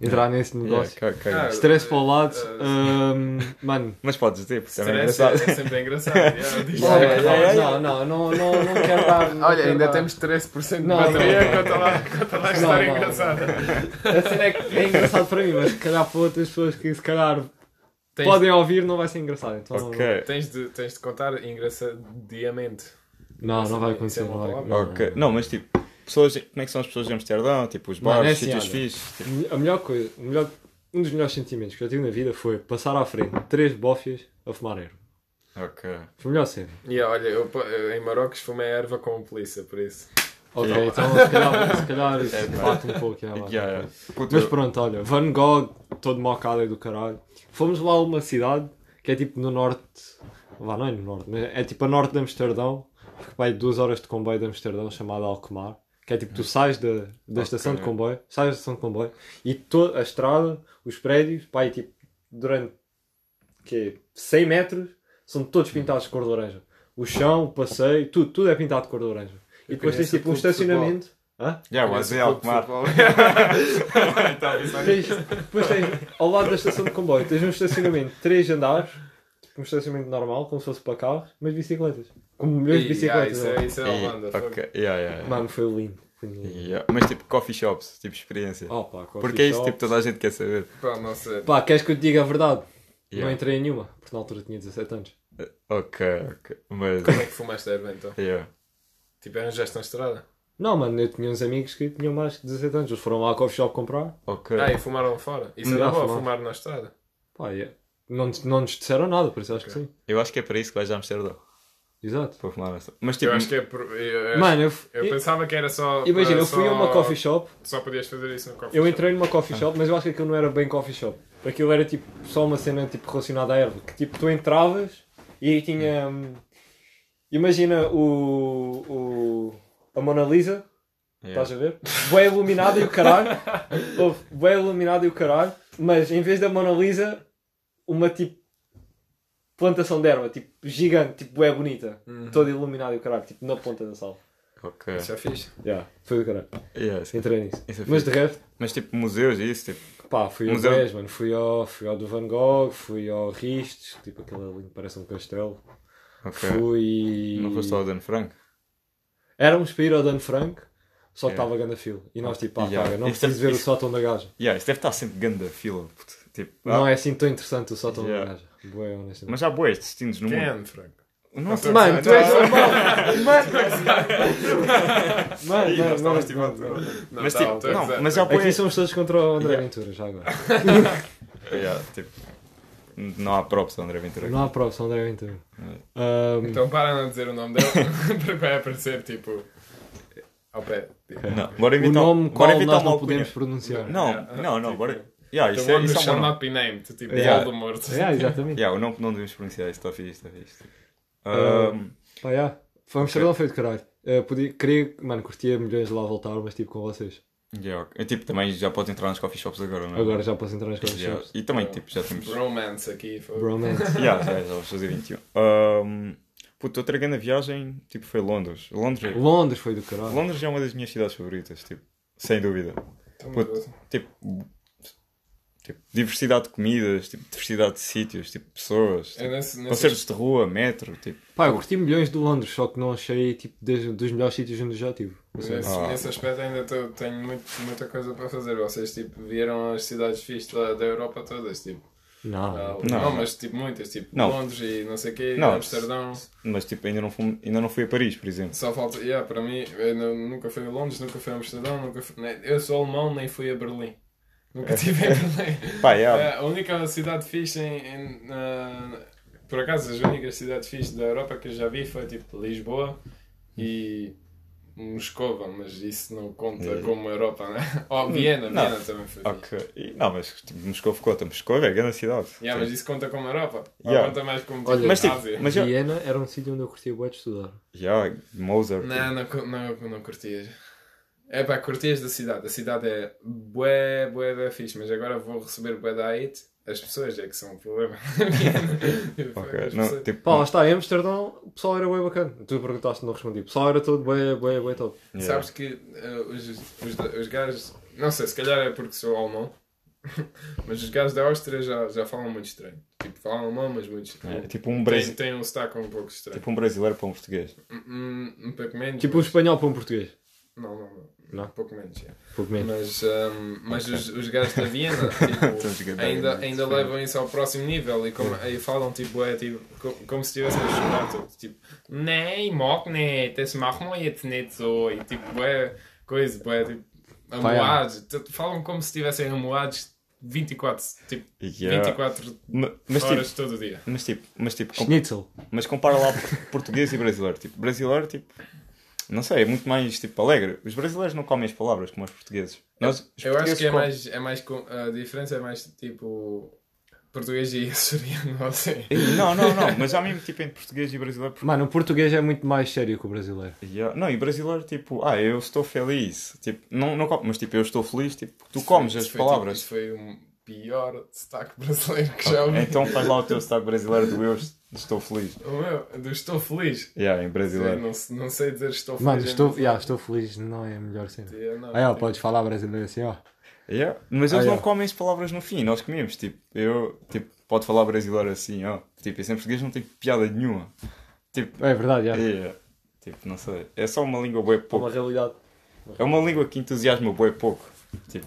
B: entrar nesse negócio.
C: Yeah, ok, ok.
A: Ah,
B: Stress para o lado,
A: Ah,
B: ahm, mano.
C: Mas podes dizer, porque também é
A: Stress é,
C: engraçado.
A: é sempre engraçado. yeah, diz lá.
B: Olha,
C: yeah, yeah, yeah.
B: é Não, não, não, não, não quero dar. não
A: Olha,
B: quero
A: ainda
B: dar-
A: temos 13% de
B: Não,
A: bateria.
B: não.
A: Conta lá, conta lá a
B: Não,
A: história
B: não,
A: engraçada.
B: A cena é que é engraçado para mim, mas se calhar para outras pessoas que se calhar
A: Tens,
B: podem ouvir, não vai ser engraçado. Então não-
C: é Ok.
A: tens de, tens de contar engraçadamente.
B: não, não, vai
A: Isso é
B: acontecer.
A: uma
B: Não vai,
A: palavra.
B: não, não.
C: Ok. Não, mas tipo, pessoas, como é que são as pessoas de Amsterdão? Tipo, os
B: Mano,
C: bares,
B: é
C: os
B: assim,
C: sítios
B: olha.
C: fixes. Tipo,
B: A melhor coisa, o melhor- um dos melhores sentimentos que eu tive na vida foi passar à frente três bofias a fumar erva.
C: ok.
B: Foi o melhor sempre.
A: E olha, eu, pa- eu em Marrocos fumei erva com a polícia, por isso.
B: Ok,
C: Yeah.
B: então se calhar, se calhar isso bate um pouco. yeah, bate
C: Yeah,
B: um pouco.
C: yeah. Puto,
B: Mas
C: eu-
B: pronto, olha, Van Gogh, todo mocado aí do caralho. Fomos lá a uma cidade que é tipo no norte, vá, não é no norte, mas é tipo a norte de Amsterdão, porque vai duas horas de comboio de Amsterdão, chamada Alkmaar. Que é tipo, tu sais da, da estação de
C: Ok.
B: comboio, sais da estação de comboio e toda a estrada, os prédios, pá, e tipo, durante que 100 metros são todos pintados de cor de laranja. O chão, o passeio, tudo, tudo é pintado de cor de laranja. E depois tens
A: conheço
B: tipo um
A: o clube de
B: estacionamento. Hã?
C: Yeah, é o Azé Alcomar.
B: Tens- depois tens, ao lado da estação de comboio, tens um estacionamento de 3 andares, tipo um estacionamento normal, como se fosse para carros, mas bicicletas. Como milhões de
A: E, ah,
B: bicicletas.
A: isso,
B: não é?
A: é, isso é
C: E-
A: Holanda. fogo.
C: Ok, yeah, yeah, yeah.
B: Mano, foi lindo. Foi lindo.
C: Yeah. Mas tipo, coffee shops, tipo experiência.
B: Oh, pá, coffee
C: Porque é isso,
B: shop.
C: tipo, toda a gente quer saber.
A: Pá, não sei.
B: Pá, queres que eu te diga a verdade? Não
C: Yeah.
B: entrei em nenhuma, porque na altura tinha 17 anos.
C: Ok, ok. Mas.
A: Como é que fumaste erva então?
C: Yeah.
A: Tipo, arranjaste na estrada?
B: Não, mano, eu tinha uns amigos que tinham mais de 17 anos. Eles foram lá ao coffee shop comprar.
C: Ok.
A: Ah, e fumaram fora? Isso
B: Não,
A: era bom,
B: fumaram.
A: fumar na estrada?
B: Pá, yeah. não, nos- não nos disseram nada, por isso acho que sim.
C: Eu acho que é para isso que vais a Amsterdão.
B: Exato.
C: Para fumar essa. Mas tipo.
A: Eu acho que é... por- Eu, eu,
B: Mano, eu,
A: eu
B: eu-
A: pensava que era só...
B: imagina, eu
A: só-
B: fui a uma coffee shop
A: Só podias fazer isso no coffee
B: Eu
A: shop.
B: entrei numa coffee shop, mas eu acho que aquilo não era bem coffee shop. Aquilo era tipo só uma cena tipo, relacionada à erva. Que tipo, tu entravas e tinha. hum, imagina o, o. a Mona Lisa,
C: Yeah.
B: estás a ver? Bem iluminada e o caralho. Houve bem iluminada e o caralho. Mas em vez da Mona Lisa, uma tipo. plantação de erva, tipo gigante, tipo é bonita.
A: Uhum.
B: Toda iluminada e o caralho, tipo na ponta da sala.
C: Ok.
A: Isso é fixe.
B: Yeah, foi do caralho.
C: Yeah, sim.
B: Entrei nisso.
C: Isso é
B: Mas de resto.
C: Mas tipo, museus e isso, tipo.
B: Pá, fui a
C: Museu-
B: 10, mano. Fui ao, fui ao do Van Gogh, fui ao Ristes, tipo aquele ali que parece um castelo.
C: Ok.
B: Fui.
C: Não foste ao Dan Franco?
B: Éramos para ir ao Dan Frank, só que
C: Yeah.
B: estava a grande fila. E nós, tipo, pá,
C: Yeah.
B: caga, não
C: Isso é-
B: preciso ver o
C: isso-
B: sótão da gaja.
C: Yeah, isso deve estar sempre grande da fila. puto. Tipo,
B: Não
C: ah,
B: é assim tão interessante o sótão
C: Yeah.
B: da gaja. Boa, honestamente.
C: Mas há boas destinos no
A: Quem
C: mundo.
A: é, Franco?
C: Não sei.
B: Mano, tu és normal! Mano,
C: Ih, nós
B: mano,
C: estávamos,
B: mano,
C: tipo,
B: mano, mano.
A: Não,
C: Mas
A: tá,
C: tipo,
A: tá,
C: não,
A: tá.
C: mas há
B: Aqui
C: boas.
B: somos todos contra o André
C: Yeah.
B: Ventura, já agora.
C: Yeah, tipo, Não há props ao André Ventura.
B: Não há prova, só André Ventura. Um,
A: Então para não dizer o nome dela, porque vai aparecer, tipo... Ao pé. Tipo,
C: Não, bora
B: o
C: inventar
B: nome
C: então, bora inventar uma
B: qual nós não Então
C: alcunha.
B: podemos pronunciar.
C: Não,
A: Yeah.
C: não, não,
A: Tipo,
C: bora. Yeah,
A: The
C: isso é,
A: one who
C: isso é um
A: shall
C: bom nome.
A: not be named. Tipo,
B: Yeah.
A: Voldemort.
B: Yeah, É, exatamente.
C: Yeah, o nome que não devemos pronunciar, isso está fixe, está fixe. tipo.
B: Ah.
C: Ahm,
B: Pá, já. Foi um Amsterdão feito caralho. Eh, podia, queria, mano, curtia milhões de lá voltar, mas tipo com vocês.
C: yeah, ok. Eu, tipo, também já podes entrar nos coffee shops agora, não é?
B: Agora já posso entrar nas coisas.
C: Yeah,
B: Yeah.
C: E também, tipo, já temos.
A: Romance aqui. Foi...
B: Bromance.
C: yeah, já, já vamos fazer 21. Ahm, puto, outra grande viagem, tipo, foi Londres. Londres, é-
B: Londres foi do caralho.
C: Londres é uma das minhas cidades favoritas, tipo, sem dúvida.
A: Então,
C: Puto, tipo, tipo, Tipo, diversidade de comidas, tipo, diversidade de sítios, tipo, pessoas,
A: Eu
C: tipo,
A: nesse, nesse
C: concertos de rua, metro, tipo.
B: Pá, eu curti milhões de Londres, só que não achei tipo desde, dos melhores sítios onde já estive. Ou seja,
A: Nesse,
C: Ah.
A: nesse aspecto ainda tô- tenho muito- muita coisa para fazer. Vocês tipo, vieram as cidades fixas da, da Europa todas, tipo.
B: Não,
A: Ah,
B: não.
A: não.
C: Não.
A: mas tipo muitas, tipo
C: Não.
A: Londres e não sei o quê,
C: Não.
A: Amsterdão.
C: Mas tipo, ainda não fui, ainda não fui a Paris, por exemplo.
A: Só falta. Yeah, para mim, eu não- nunca fui a Londres, nunca fui a Amsterdão, nunca fui- nem- Eu sou alemão, nem fui a Berlim.
C: É.
A: Nunca estive em Berlim.
C: Pá, yeah.
A: É, a única cidade fixe em. em, na- por acaso, as únicas cidades fixes da Europa que eu já vi foi tipo Lisboa e. Moscova, mas isso não conta
C: É.
A: como Europa, né? Ou Viena,
C: Hum. Não.
A: Viena também foi fixe.
C: Ok. E, não, mas tipo, Moscou ficou, tá, Moscou é grande cidade.
A: Yeah,
C: Tipo,
A: mas isso conta como Europa? Ou
C: Yeah.
A: conta mais como
B: Olha,
A: tipo,
C: mas, tipo,
A: Ásia?
C: mas eu-
B: Viena era um sítio onde eu curtia bué de estudar.
C: Tipo, Yeah, Mozart. tipo,
A: Não, não, cu- não, não curtias. É pá, curtias da cidade. A cidade é bué, bué, bué fixe, mas agora vou receber bué da hate. As pessoas é que são o problema.
C: Ok,
A: As
C: não,
A: pessoas-
C: tipo,
B: Pá, lá está, em Amsterdão o pessoal era bem bacana. Tu perguntaste, não respondi. O pessoal era todo bem, bem, bem top.
C: yeah.
A: Sabes que eh, os, os, os gajos... Não sei, se calhar é porque sou alemão. mas os gajos da Áustria já, já falam muito estranho. Tipo, falam alemão, mas muito
C: É,
A: estranho.
C: tipo, um
A: Tem,
C: brasi...
A: tem um sotaque um pouco estranho.
C: tipo um brasileiro para um português.
A: Um, um pouco menos.
B: Tipo um espanhol para um português.
A: Não, não, não.
B: Não?
A: Um pouco menos, é.
B: Pouco
A: Mas,
B: menos.
A: hum, mas os, os gajos da Viena tipo,
C: Estamos a
A: ainda,
C: ganhar,
A: ainda
C: é? sim.
A: levam isso ao próximo nível e, como, e falam tipo, é, tipo, co- como se estivessem a chorar, tudo, tipo, nem mock, nem das machen wir jetzt nicht so, e tipo, é coisa, é tipo, amoados, Tipo, falam como se estivessem amoados 24, tipo,
C: Yeah.
A: 24
C: Ma- Mas,
A: horas
C: tipo,
A: todo o dia.
C: mas tipo, mas tipo, com-
B: Schnitzel.
C: mas compara lá português e brasileiro. Tipo, brasileiro, tipo, não sei, é muito mais tipo alegre. Os brasileiros não comem as palavras como os portugueses. Nós, os
A: Eu acho
C: portugueses
A: que é
C: comem-
A: mais, é mais, com- a diferença é mais tipo, português e açoriano, não sei.
C: Ei, Eh, Não, não, não, mas há mesmo tipo entre português e brasileiro. porque-
B: Mano, o português é muito mais sério que o brasileiro.
C: Yeah. Não, e brasileiro, tipo, ah, eu estou feliz. Tipo, não, não como, mas tipo, eu estou feliz, tipo, tu comes
A: Isso
C: as
A: foi,
C: palavras.
A: Tipo, isso foi o pior destaque brasileiro que já ouvi.
C: Então faz lá o teu sotaque brasileiro do eu estou feliz.
A: O meu, do estou feliz.
C: Yeah, em
A: Eu
C: brasileiro.
A: não, não sei dizer estou feliz.
B: Mano,
A: em
B: estou,
A: brasileiro.
B: yeah, estou feliz, não é a melhor cena.
A: Eu não-
B: Aí, ó, podes falar brasileiro assim, ó.
C: Yeah. Mas eles
B: Ah,
C: não
B: yeah.
C: comem as palavras no fim, nós comemos. Tipo, eu, tipo, pode falar brasileiro assim, ó. Tipo, isso em português não tem piada nenhuma. Tipo,
B: É verdade, já.
C: yeah. tipo, não sei. É só uma língua bem
B: É uma
C: pouco.
B: realidade.
C: É uma língua que entusiasma bem pouco. Tipo,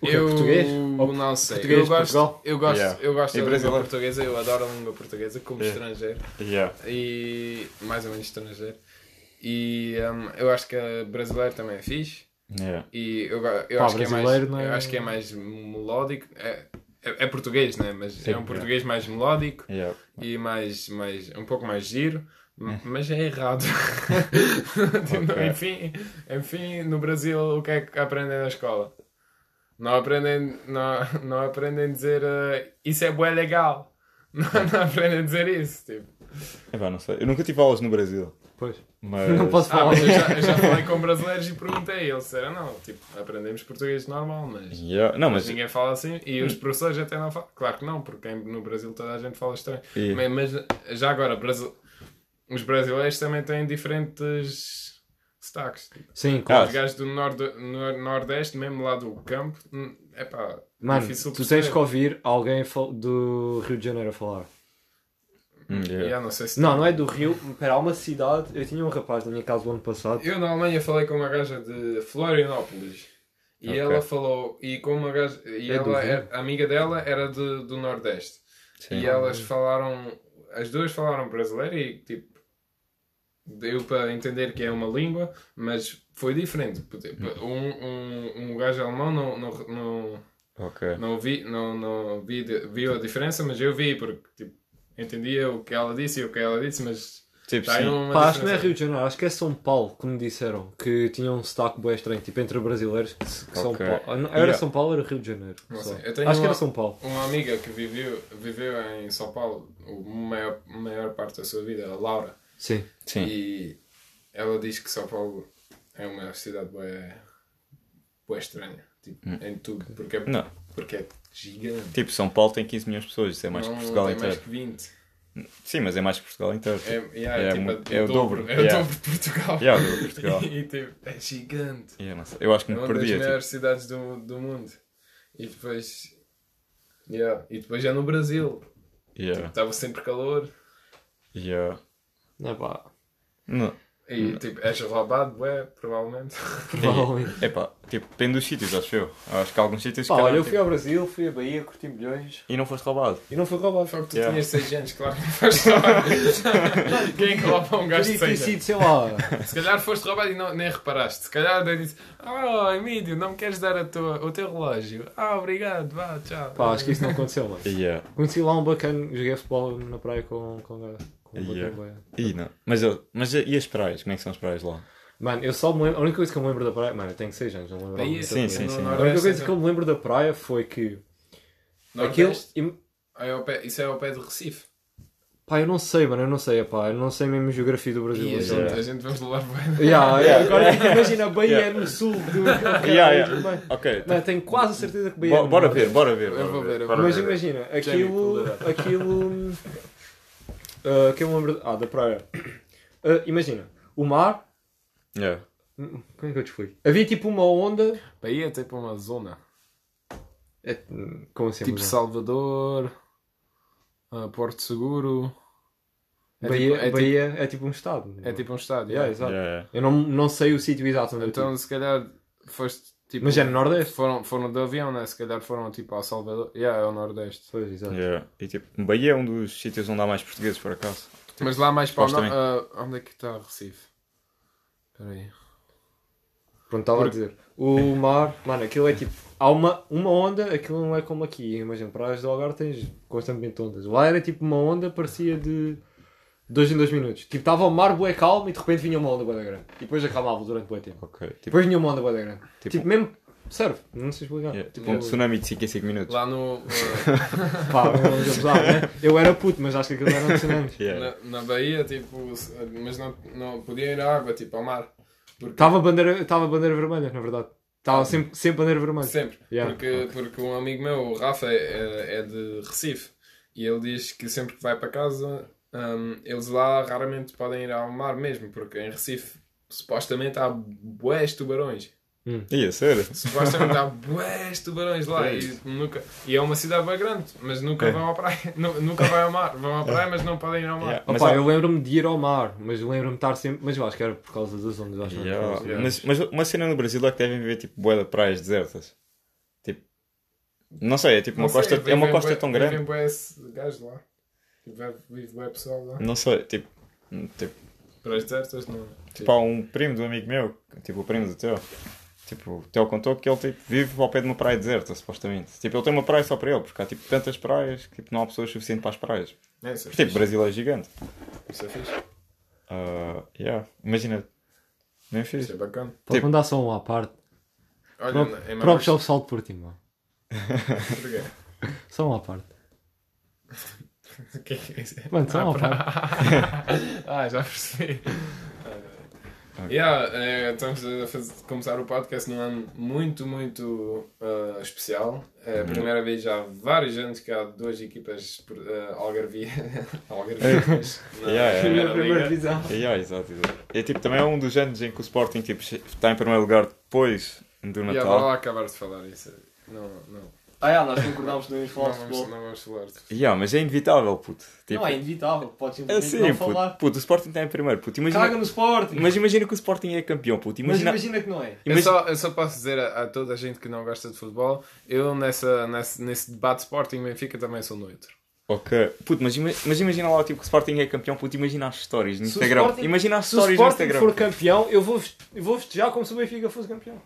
B: O quê?
A: Eu
B: Português? Ou
A: não sei.
B: português
A: eu
B: de
A: gosto,
B: Portugal?
A: eu gosto,
C: Yeah.
A: eu gosto
C: E
A: da língua
C: brasileiro? É.
A: portuguesa, eu adoro a língua portuguesa como
C: Yeah.
A: estrangeiro.
C: yeah.
A: E mais ou menos estrangeiro. E hum, eu acho que a brasileiro também é fixe.
C: Yeah.
A: E eu, go- eu
B: Pá,
A: acho que é mais,
B: brasileiro não é-
A: eu acho que é mais melódico. É, é, é português, né? Mas é um
C: é.
A: português mais melódico.
C: Yeah.
A: e mais, mais um pouco mais giro, m- mas é errado.
C: Ok.
A: enfim, enfim, no Brasil o que é que aprendem na escola? Não aprendem, não, não aprendem a dizer eh, isso é bué legal. Não, não aprendem a dizer isso. Tipo.
C: Epá, não sei. Eu nunca tive aulas no Brasil.
B: Pois.
C: Mas...
B: Não posso
A: Ah,
B: falar.
A: mas eu já, eu já falei com brasileiros e perguntei, eles disseram não, tipo, aprendemos português normal, mas
C: Yeah. Não, mas.
A: ninguém fala assim e
B: Hum.
A: os professores até não falam. Claro que não, porque em- no Brasil toda a gente fala estranho. Ma-
C: Yeah.
A: Mas, já agora, Brasil- os brasileiros também têm diferentes sotaques.
B: Sim,
A: Os
B: claro.
A: gajos do nord- no- Nordeste, mesmo lá do campo, é pá,
B: Mano,
A: difícil
B: tu tens
A: perceber.
B: que ouvir alguém fal- do Rio de Janeiro a falar.
C: hum, Yeah.
A: Yeah, não sei se
B: Não, não é do Rio. Espera, há uma cidade. Eu tinha um rapaz na minha casa o ano passado.
A: Eu na Alemanha falei com uma gaja de Florianópolis e
C: Ok.
A: ela falou, e com uma gaja, e
B: É do
A: ela,
B: Rio?
A: era- a amiga dela era de- do Nordeste.
C: Sim.
A: E elas falaram, as duas falaram brasileiro e tipo, deu para entender que é uma língua, mas foi diferente.
C: Hum.
A: Um, um, um gajo alemão não, não, não,
C: Ok.
A: não vi, não, não vi, viu a diferença, mas eu vi, porque tipo, entendia o que ela disse e o que ela disse, mas
C: Tipo,
A: está aí
C: sim.
A: uma
B: Pá, acho que não é
A: diferença.
B: Rio de Janeiro, acho que é São Paulo, que me disseram, que tinha um sotaque bem estranho, tipo entre brasileiros que, se- que São
C: Ok.
B: Paulo. Ah, não, Era
C: Yeah.
B: São Paulo ou era Rio de Janeiro?
A: Não
B: Só.
A: sei, eu tenho
B: acho que
A: uma-
B: era São Paulo.
A: Uma amiga que viveu, viveu em São Paulo a maior, maior parte da sua vida, a Laura,
B: Sim.
C: Sim.
A: E ela diz que São Paulo é uma cidade bué, bué estranha. Tipo, em tudo. Porque é,
C: Hum. Não.
A: porque é gigante.
C: Tipo, São Paulo tem 15 milhões de pessoas, isso é mais que
A: Não
C: Portugal
A: tem
C: inteiro.
A: mais que 20.
C: Sim, mas é mais que Portugal inteiro.
A: É, yeah, é,
C: É
A: tipo,
C: muito-
A: é,
C: é
A: o dobro. É o
C: yeah.
A: dobro de Portugal.
C: Yeah, do Portugal.
A: E tipo, é gigante.
C: Yeah, não tipo sei. Eu acho que
A: É
C: me
A: uma das
C: perdia.
A: maiores cidades do, do mundo. E depois Yeah. E depois é no Brasil.
C: Yeah.
A: Estava sempre calor.
C: Yeah.
B: Não, é pá.
C: Não.
A: E
C: Hum.
A: tipo, és roubado, ué, provavelmente.
B: Provavelmente.
C: É pá, tipo, depende dos sítios, acho eu. Acho que há alguns sítios
B: Pá,
C: que.
B: olha, eu
C: tipo,
B: fui ao Brasil, fui à Bahia, curti milhões.
C: E não foste roubado.
B: E não fui roubado.
A: Só que tu
C: Yeah.
A: tinhas 6 anos, claro que não foste roubado. Quem é que rouba um gajo de
B: Podia ter
A: 6
B: sido,
A: anos?
B: sei lá.
A: Se calhar foste roubado e não, nem reparaste. Se calhar daí disse: Ah, Emílio, não me queres dar a tua, o teu relógio? Ah, obrigado, vá, tchau.
B: Pá, acho que isso não aconteceu, mano.
C: Yeah.
B: Conheci lá um bacana, joguei futebol na praia com, com, um gajo, com um
C: Yeah.
B: bacana. bué.
C: E não. Mas, eu, mas e as praias? Como é que são as praias lá?
B: Mano, eu só me lembro. A única coisa que eu me lembro da praia. Mano, eu tenho 6 anos, não me lembro.
A: Bahia,
B: muita
C: Sim,
B: coisa.
C: sim,
A: é assim, no
C: sim.
B: A única coisa
A: Nordeste, é
B: que eu me lembro da praia foi que. Aquilo.
A: Nordeste,
B: im-
A: é ao pé- Isso é ao pé de Recife.
B: Pá, eu não sei, mano, eu não sei, pá, eu não sei mesmo a geografia do Brasil.
A: E a
B: mas-
A: gente,
C: Yeah.
A: a gente vamos levar bué.
B: Yeah,
C: Yeah.
B: Agora tipo, imagina, a Bahia
C: Yeah.
B: é no sul do.
C: Yeah, yeah. Ok.
B: Mano, tenho quase a certeza que Bahia é
C: Bo-
B: no
C: bora
B: norte.
C: ver, bora ver.
A: Eu
C: bora
A: vou ver, eu
C: bora
A: vou
B: Mas
A: ver.
B: imagina,
A: Jamie,
B: aquilo.
A: pull it
B: aquilo. ah, que eu me lembro. Ah, da praia. Ah, imagina, o mar.
C: Yeah.
B: Hum, Como é que eu te fui? Havia tipo uma onda.
A: Bahia é tipo uma zona.
B: É, hum, como assim?
A: Tipo
B: mas-
A: Salvador, ah, Porto Seguro. É
B: Bahia,
A: tipo- é
B: Bahia é tipo um estado.
A: É tipo um estádio.
B: Yeah,
A: é.
B: exato.
C: Yeah.
B: Eu não, não sei o sítio exato onde eu
A: Então,
B: tive.
A: se calhar foste tipo.
B: Mas é no Nordeste.
A: Foram, foram do avião, né? Se calhar foram tipo ao Salvador. Yeah, é o Nordeste.
B: Pois, exato.
C: Yeah. E tipo, Bahia é um dos sítios onde há mais portugueses, por acaso.
A: Mas lá mais para o norte.
C: supostamente.
A: onde é que está Recife? Espera aí.
B: Pronto, estava a
A: Porque-
B: dizer. O mar, mano, aquilo é tipo. Há uma, uma onda, aquilo não é como aqui. Imagina, praias do Algarve tens constantemente ondas. Lá era tipo uma onda, parecia de. dois em dois minutos. Tipo, estava o mar bué calmo e de repente vinha uma onda bué da grande. E depois acalmava durante bué tempo.
C: Ok. Tipo,
B: Depois vinha uma onda bué da grande. Tipo,
C: Tipo-
B: mesmo. Serve, não sei explicar.
C: yeah, tipo um tsunami de 5 em 5 minutos.
A: Lá no. eh,
B: Pá, vamos abusar, né? Eu era puto, mas acho que aquilo era um tsunami.
C: Yeah.
A: na, na Bahia, tipo. se- Mas não, não podia ir à água, tipo ao mar. Porque,
B: Estava bandeira, tava bandeira vermelha, na verdade. Estava sempre, sempre bandeira vermelha.
A: Sempre.
B: Yeah.
A: Porque, porque um amigo meu, o Rafa, é, é de Recife. E ele diz que sempre que vai para casa, hum, eles lá raramente podem ir ao mar mesmo. Porque em Recife, supostamente, há bués tubarões.
C: Ia, sério?
A: Supostamente há bués tubarões lá e, nunca, e é uma cidade bem grande, mas nunca
C: É.
A: vão à praia, nu- nunca vão ao mar, vão à praia, mas não podem ir ao mar.
C: Yeah.
B: Opa,
C: Mas há-
B: eu lembro-me de ir ao mar, mas lembro-me de estar sempre. Mas eu acho que era por causa das ondas, acho que era por
C: Yeah.
B: causa-
A: Yeah.
C: Mas, mas uma cena no Brasil é que devem ver tipo boé de praias desertas. Tipo, não sei, é tipo uma
A: Não sei,
C: costa, é uma
A: vivem
C: costa
A: bué-
C: tão grande.
A: Vivem bué esse gajo lá. Vive, vive bué pessoal lá.
C: Não sei, tipo, tipo,
A: Para as desertas não.
C: tipo, há um primo do amigo meu, tipo o primo do teu. Tipo, o teu contou que ele tipo, vive ao pé de uma praia deserta, supostamente. Tipo, ele tem uma praia só para ele, porque há tipo tantas praias que tipo, não há pessoas suficientes para as praias.
A: É, isso é
C: Tipo, o
A: fixe.
C: Brasil é gigante.
A: Isso é fixe.
C: Ah, yeah. Imagina, nem fiz.
A: Isso é bacana.
B: Pode
C: Tipo-
B: mandar só um à parte.
A: Olha,
B: Pró-
A: em Marrocos-
B: Próprios ao pessoal de Portimão.
A: Porquê?
B: Só um à parte.
A: O que é que é isso?
B: Mano, só um à parte.
A: ah, já percebi. Yeah, eh, estamos a faz- começar o podcast num ano muito, muito ah, especial. É a
C: Uhum.
A: primeira vez já há vários anos que há duas equipas por- ah, algarvia. algarvias na
C: Yeah, yeah.
A: primeira liga.
B: divisão.
C: Yeah, exato, exato. É tipo, também é um dos anos em que o Sporting tipo, che- está em primeiro lugar depois do
A: Yeah, vou
C: Natal.
A: lá acabar de falar isso. Não, não.
B: Ah, é, nós concordámos no
A: Não vamos, não vamos falar.
C: Yeah, mas é inevitável, puto. Tipo,
B: é inevitável, podes
C: é sim, puto. Puto, o Sporting está em primeiro, puto. Imagina,
B: no Sporting.
C: mas imagina que o Sporting é campeão, puto. Imagina,
B: que não é.
A: Eu só, eu só posso dizer a, a toda a gente que não gosta de futebol, eu nessa, nesse, nesse debate Sporting Benfica também sou neutro.
C: Ok, puto, mas, ima- mas imagina lá tipo, que o Sporting é campeão, puto. Imagina as stories no
B: Se o
C: Instagram.
B: Sporting-
C: imagina as
B: Se o
C: stories no
B: Sporting
C: Instagram.
B: for
C: puto.
B: campeão, eu vou, vest- eu vou festejar como se o Benfica fosse campeão.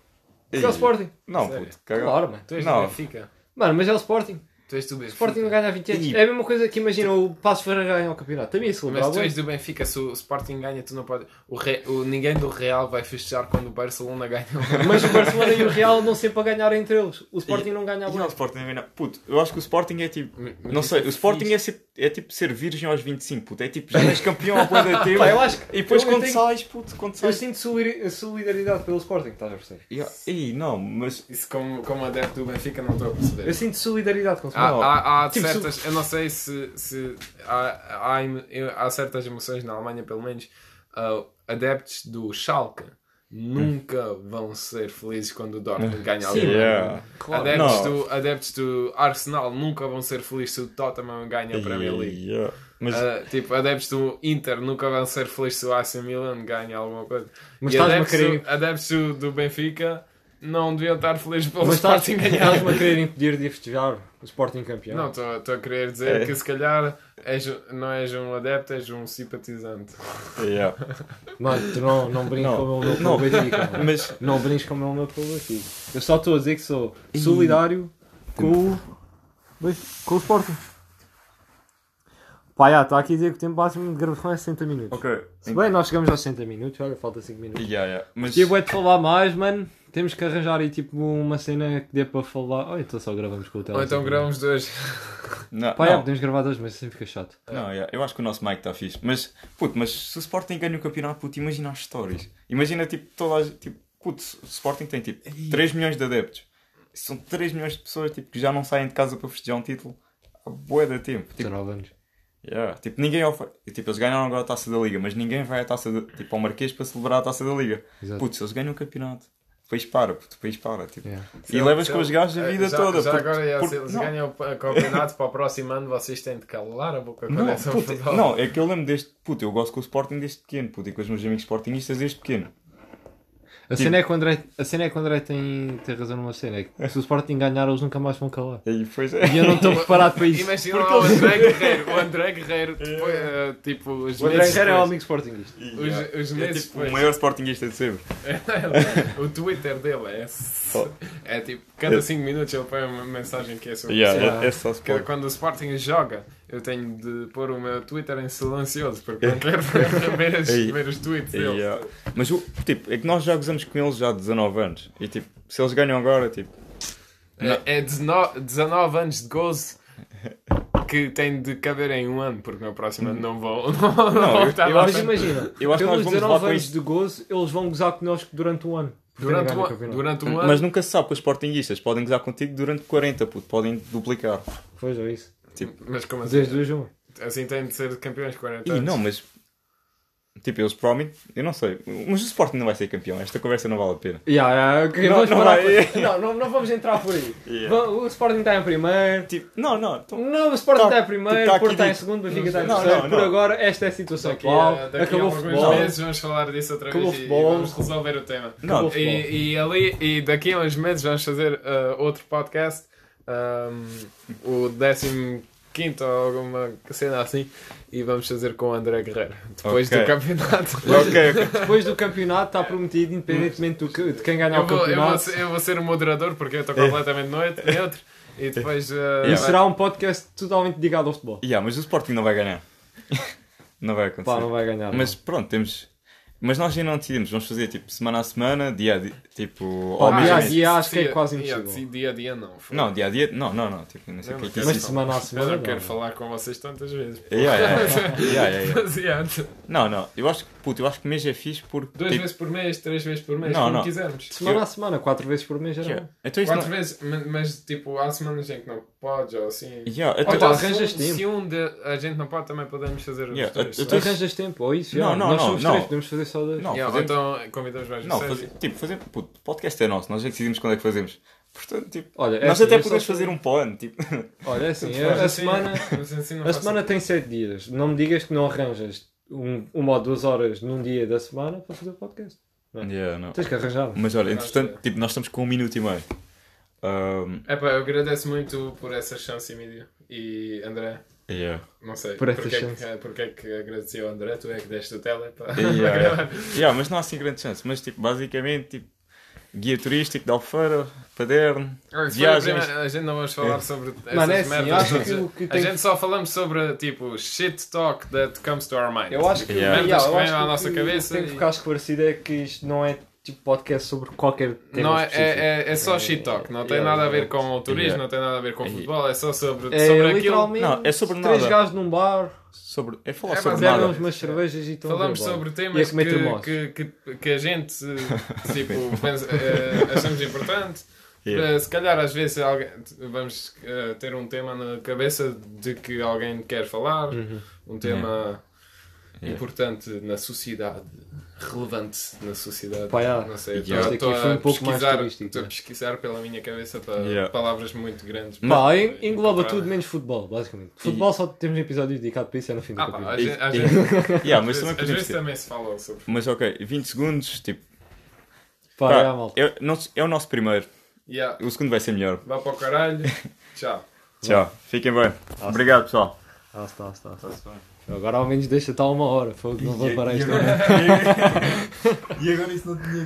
B: Porque é
C: Ei,
B: o Sporting.
C: Não,
A: Sério?
C: puto, caga.
B: Claro, mano.
A: Tu és do
C: Não.
A: Benfica.
B: Mano, mas é o Sporting.
A: Tu és do Benfica.
B: O Sporting não ganha há 20 anos.
C: E-
B: É a mesma coisa que imagina o Passo Ferreira ganhar o campeonato. Também é
A: Mas
B: celebrado.
A: tu és do Benfica, se o Sporting ganha, tu não podes. O Re- o- ninguém do Real vai festejar quando o Barcelona ganha.
B: Mas o Barcelona e o Real andam sempre a ganhar entre eles. O Sporting não ganha
C: E
B: a
C: não, o
B: bola.
C: Sporting não é nada. Puto, eu acho que o Sporting é tipo.
A: Mas- mas
C: Não
A: isso
C: sei,
A: é
C: o Sporting
A: fixe.
C: é, ser- é tipo ser virgem aos 25, puto. É tipo, já és campeão há boa da tempo.
B: Pá, Ah, eu acho que-
C: um- E depois
B: eu- eu
C: quando
B: tenho-
C: sais, puto, quando
B: Eu
C: sais.
B: sinto solidari- solidariedade pelo Sporting, estás a perceber?
C: Ya, Ih, não, mas.
A: Isso, como, como adepto do Benfica, não estou a perceber.
B: Eu sinto solidariedade com o
A: Há,
B: Sporting.
C: Não.
A: há, há
B: Tipo,
A: certas, eu não sei se, se há, há, emo- eu- há certas emoções na Alemanha, pelo menos, ah, adeptos do Schalke, nunca vão ser felizes quando o Dortmund ganha a
B: Sim.
A: Liga.
C: Yeah.
B: Claro.
A: Adeptos,
C: Não.
A: do, adeptos do Arsenal nunca vão ser felizes se o Tottenham ganha a Premier League.
C: Yeah. Mas
A: Ah, tipo, adeptos do Inter nunca vão ser felizes se o AC Milan ganha alguma coisa.
B: Mas
A: e
B: estás-me a
A: adeptos,
B: querer-
A: do, adeptos do- do Benfica não deviam estar felizes pelo
B: Mas estás-
A: Sporting ganhar.
B: estás-me a querer impedir de ir festejar o Sporting campeão?
A: Não, estou a querer dizer
C: É.
A: que se calhar és, não és um adepto, és um simpatizante.
B: Ah.
C: yeah.
B: Mano, tu não, não brinques
C: Não.
B: com o meu
C: Não.
B: clube Benfica. mano.
C: Mas
B: Não brinques com o meu meu clube Benfica. Eu só estou a dizer que sou solidário com o, com o Sporting. Pá, já, está aqui a dizer que o tempo máximo de gravação é 60 minutos.
C: Ok.
B: Se bem, nós chegamos aos 60 minutos, olha, falta 5 minutos.
C: Yeah, yeah. Mas
B: Tipo, é de falar mais, mano. Temos que arranjar aí tipo uma cena que dê para falar. Ou então só gravamos com o
A: Ou
B: telefone.
A: então gravamos dois.
C: não,
B: Pá, é já,
C: não,
B: podemos gravar dois, mas sempre fica chato.
C: não, yeah. eu acho que o nosso mic está fixe. Mas, puto, mas se o Sporting ganha o campeonato, puto, imagina as stories. Imagina, tipo, toda a gente- tipo, puto, o Sporting tem, tipo, 3 milhões de adeptos. São 3 milhões de pessoas, tipo, que já não saem de casa para festejar um título há bué de tempo. Tipo,
B: 19 anos.
C: yeah. tipo ninguém oferece. Tipo, eles ganharam agora a Taça da Liga, mas ninguém vai à Taça da... Tipo, ao Marquês para celebrar a Taça da Liga.
B: Exato.
C: Puto, se eles ganham o campeonato, depois para, puto, depois para, tipo...
B: Yeah.
C: E levas com os gajos a
A: Eh,
C: vida
A: já-
C: toda.
A: Já
C: porque-
A: agora, já,
C: porque-
A: se eles
C: não.
A: ganham o campeonato para o próximo ano, vocês têm de calar a boca quando é
C: Não,
A: só
C: puta,
A: futebol.
C: não, é que eu lembro deste. Puta, eu gosto com o Sporting desde pequeno, puta, e com os meus amigos Sportingistas desde pequeno.
B: A cena é que o André, a cena é que o André tem, tem razão numa cena. É que se o Sporting ganhar, eles nunca mais vão calar.
C: E depois é.
B: E eu não estou preparado para isso.
A: Imagina lá o André Guerreiro. O André Guerreiro, depois, eh, tipo, os
B: O André
A: meses
B: Guerreiro é
A: depois-
B: um amigo Sportingista.
C: E,
A: Os-
C: yeah,
A: os
C: é
A: meses
C: tipo
A: depois.
C: o maior Sportingista de sempre.
B: é
A: O Twitter dele é.
C: Oh,
A: É tipo, cada 5 minutos ele põe uma mensagem que é sobre isso.
C: Yeah, é, é só
A: Que
C: Sporting.
A: Quando o Sporting joga, eu tenho de pôr o meu Twitter em silencioso, porque não quero ver, ver, as-
C: Ei.
A: ver os tweets
C: E,
A: dele.
C: yeah. Mas o tipo, é que nós já gozamos com eles já há 19 anos. E tipo, se eles ganham agora, tipo. Não.
A: É, é 19, 19 anos de gozo que tem de caber em um ano, porque no próximo ano não vou. Não, não,
C: Não,
A: vou
C: eu-
A: estar
B: Eu
A: lá
B: acho,
A: tanto.
B: Ah, imagina,
C: Eu acho que nós
B: pelos
C: vamos levar
B: 19
C: com
B: anos
C: isto.
B: de gozo, eles vão gozar connosco durante um ano. por terem
A: durante,
B: ganho
A: um,
B: o
A: an-
B: campeonato.
A: durante um ano.
C: Mas nunca se sabe com os Sportingistas. Podem gozar contigo durante 40, puto, podem duplicar.
B: Pois é isso.
A: Mas como
B: Fazer
A: assim?
B: as duas uma.
A: Assim tem de ser campeões 40
C: E
A: anos.
C: não, mas. Tipo, eles provavelmente. Eu não sei. Mas o Sporting não vai ser campeão. Esta conversa não vale a pena.
B: Ya, ya, ok,
C: Não,
B: vamos
C: não
B: parar
C: vai-
B: por- não, não- não vamos entrar por aí.
C: Ya.
B: Va- O Sporting está em primeiro.
C: Tipo, não, não. então-
B: Não, o Sporting
C: Tá-
B: está em primeiro,
C: tá
B: o Porto
C: aqui
B: está em
C: dito.
B: segundo, o Benfica está em
C: Não,
B: terceiro.
C: não,
B: Por
C: não.
B: agora, esta é a situação
A: Daqui
B: atual.
A: a, daqui a
B: Acabou o
A: alguns
B: futebol.
A: meses vamos falar disso outra
B: Acabou
A: vez
B: o
A: e,
B: futebol.
A: vamos resolver o tema.
C: Não,
B: Acabou o futebol.
A: E, e ali, e daqui a uns meses vamos fazer ah, outro podcast, um, o 15 ou alguma cena assim, e vamos fazer com o André Guerreiro, depois
C: Ok.
A: do campeonato.
C: Ok, ok.
B: Depois do campeonato está prometido, independentemente do que- de quem ganhar
A: Eu
B: o
A: vou, eu, vou
B: campeonato.
A: ser, eu vou ser o moderador porque eu estou completamente noite, neutro e depois. ah,
B: E
A: vai-
B: será um podcast totalmente ligado ao futebol.
C: Yeah, mas o Sporting não vai ganhar. não vai acontecer.
B: Pá, não vai ganhar.
C: Mas pronto, temos. Mas nós ainda não decidimos, vamos fazer tipo semana a semana, dia a dia, tipo.
B: Pá,
C: ao
A: Ah,
C: mês
B: dia
C: a
B: a
C: mês.
B: dia acho que é
A: dia-
B: quase
A: dia-
B: impossível.
A: Dia a dia não. foi.
C: Não, dia a dia, não, não, não, tipo, não sei o
A: Não,
C: que é que é
B: Mas de
C: isso. é.
B: semana a
A: Eu
B: semana.
A: não quero falar com vocês tantas vezes.
B: É,
C: Yeah, yeah, yeah. Yeah, yeah, yeah.
A: Mas, yeah,
C: Não, não, eu acho que, puto, eu acho que mês é fixe porque.
A: Duas
C: tipo,
A: vezes por mês, três vezes por mês,
C: Não,
A: como
C: não.
A: quisermos.
B: Semana a semana, quatro vezes por mês era
C: yeah.
B: bom.
C: Então isso
A: Quatro
C: não.
A: vezes, ma- mas tipo, há semanas em que não podes, ou assim.
C: Yeah,
A: Ou
C: então-
A: então,
B: Opa,
A: se
B: arranjas
A: um-
B: tempo.
A: Se um de, a gente não pode, também podemos fazer os
C: Yeah,
A: três.
C: eu- eu
B: Tu
C: Então-
B: arranjas tempo, ou isso?
C: Não,
B: já.
C: não,
B: Nós
C: não,
B: somos
C: não.
B: três, podemos fazer só dois.
C: Não,
A: Yeah,
C: fazemos-
A: Então convidamos mais
C: Não,
A: vocês.
C: fazer, tipo, fazer, puto, podcast é nosso, nós é que decidimos quando é que fazemos. Portanto, tipo,
B: Olha,
C: nós
B: esta
C: até
B: vez só
C: podemos
B: foi-
C: fazer um plano, tipo.
B: Olha, é assim,
A: Mas
B: a, a
A: assim-
B: semana,
A: mas assim não
B: a
A: faço-
B: semana tem sete dias. Não me digas que não arranjas um- uma ou duas horas num dia da semana para fazer o podcast.
C: Yeah, não.
B: Tens que arranjar. um.
C: Mas olha, entretanto,
A: Acho
C: tipo, nós estamos com um minuto e meio. Ahm,
A: Epá, eu agradeço muito por essa chance, Emílio. E André.
C: yeah.
A: Não sei.
B: Por essa
A: porque,
B: chance.
A: É que, porque é que agradeci ao André, tu é que deste o tele para
C: Yeah,
A: para gravar.
C: yeah. Yeah, mas não há assim grande chance. Mas tipo, basicamente, tipo, guia turístico de Albufeira, Paderno,
A: Olha, se for a
C: viagens.
A: primeira- A gente não vamos falar sobre essas
B: Mano, é assim,
A: merdas.
B: eu acho que
A: todas.
B: o que
A: A
B: tem-
A: gente só falamos sobre tipo shit talk that comes to our mind.
B: Eu acho que,
C: Yeah.
B: yeah,
A: Merdas que
B: eu
A: vêm
B: acho
A: à
B: que
A: nossa
B: o que
A: cabeça
B: Tem
A: e-
B: que ficar esclarecido é que isto não é tipo podcast sobre qualquer tema.
A: Não, é,
B: específico.
A: é, é só shit talk, não tem
B: Yeah,
A: nada a ver
B: yeah.
A: com o turismo,
C: Yeah.
A: não tem nada a ver com o
C: Yeah.
A: futebol, é só sobre,
B: É,
A: sobre aquilo.
B: literalmente
C: Não, é sobre
B: três
C: nada.
B: gajos num bar,
C: Sobre... É falar
A: É,
C: sobre
A: mas é
C: nada.
B: bebem umas cervejas e estão a
A: Falamos
B: ver bola.
A: sobre
B: E
A: temas
B: a comer termos.
A: que, que, que, que a gente eh, tipo, pensa- eh, achamos importante.
C: Yeah.
A: Eh, se calhar às vezes alguém- vamos eh,
C: Uhum.
A: ter um tema na cabeça de que alguém quer falar, um tema
C: Yeah.
A: importante na sociedade, relevante na sociedade.
B: Pá, yeah.
A: Não sei, estou-
C: Yeah.
B: Isto
A: estou
B: aqui foi um
A: a
B: pouco mais
A: pesquisar-
B: turístico,
A: estou a
B: né?
A: pesquisar pela minha cabeça para
C: Yeah.
A: palavras muito grandes.
B: Pá,
A: para-
B: en- engloba
A: para-
B: tudo menos futebol, basicamente. Futebol só temos um episódio dedicado para isso, é no fim do
A: Ah, pá,
B: capítulo.
A: às vezes- às
C: E-
A: vezes-
C: Yeah,
A: às
C: mas também
A: vezes- às
C: podemos
A: vezes
C: ter.
A: também se fala sobre.
C: Mas ok, 20 segundos, tipo.
B: Pá,
C: pá,
B: é a malta.
C: é, não- é o nosso primeiro.
A: Yeah.
C: O segundo vai ser melhor.
A: Vá para o caralho. Tchau.
C: Tchau. Fiquem bem. Obrigado, pessoal.
B: Ah, está, está, está. Agora ao menos deixa estar uma hora, fogo, não vou parar isto.
C: E agora isso não tinha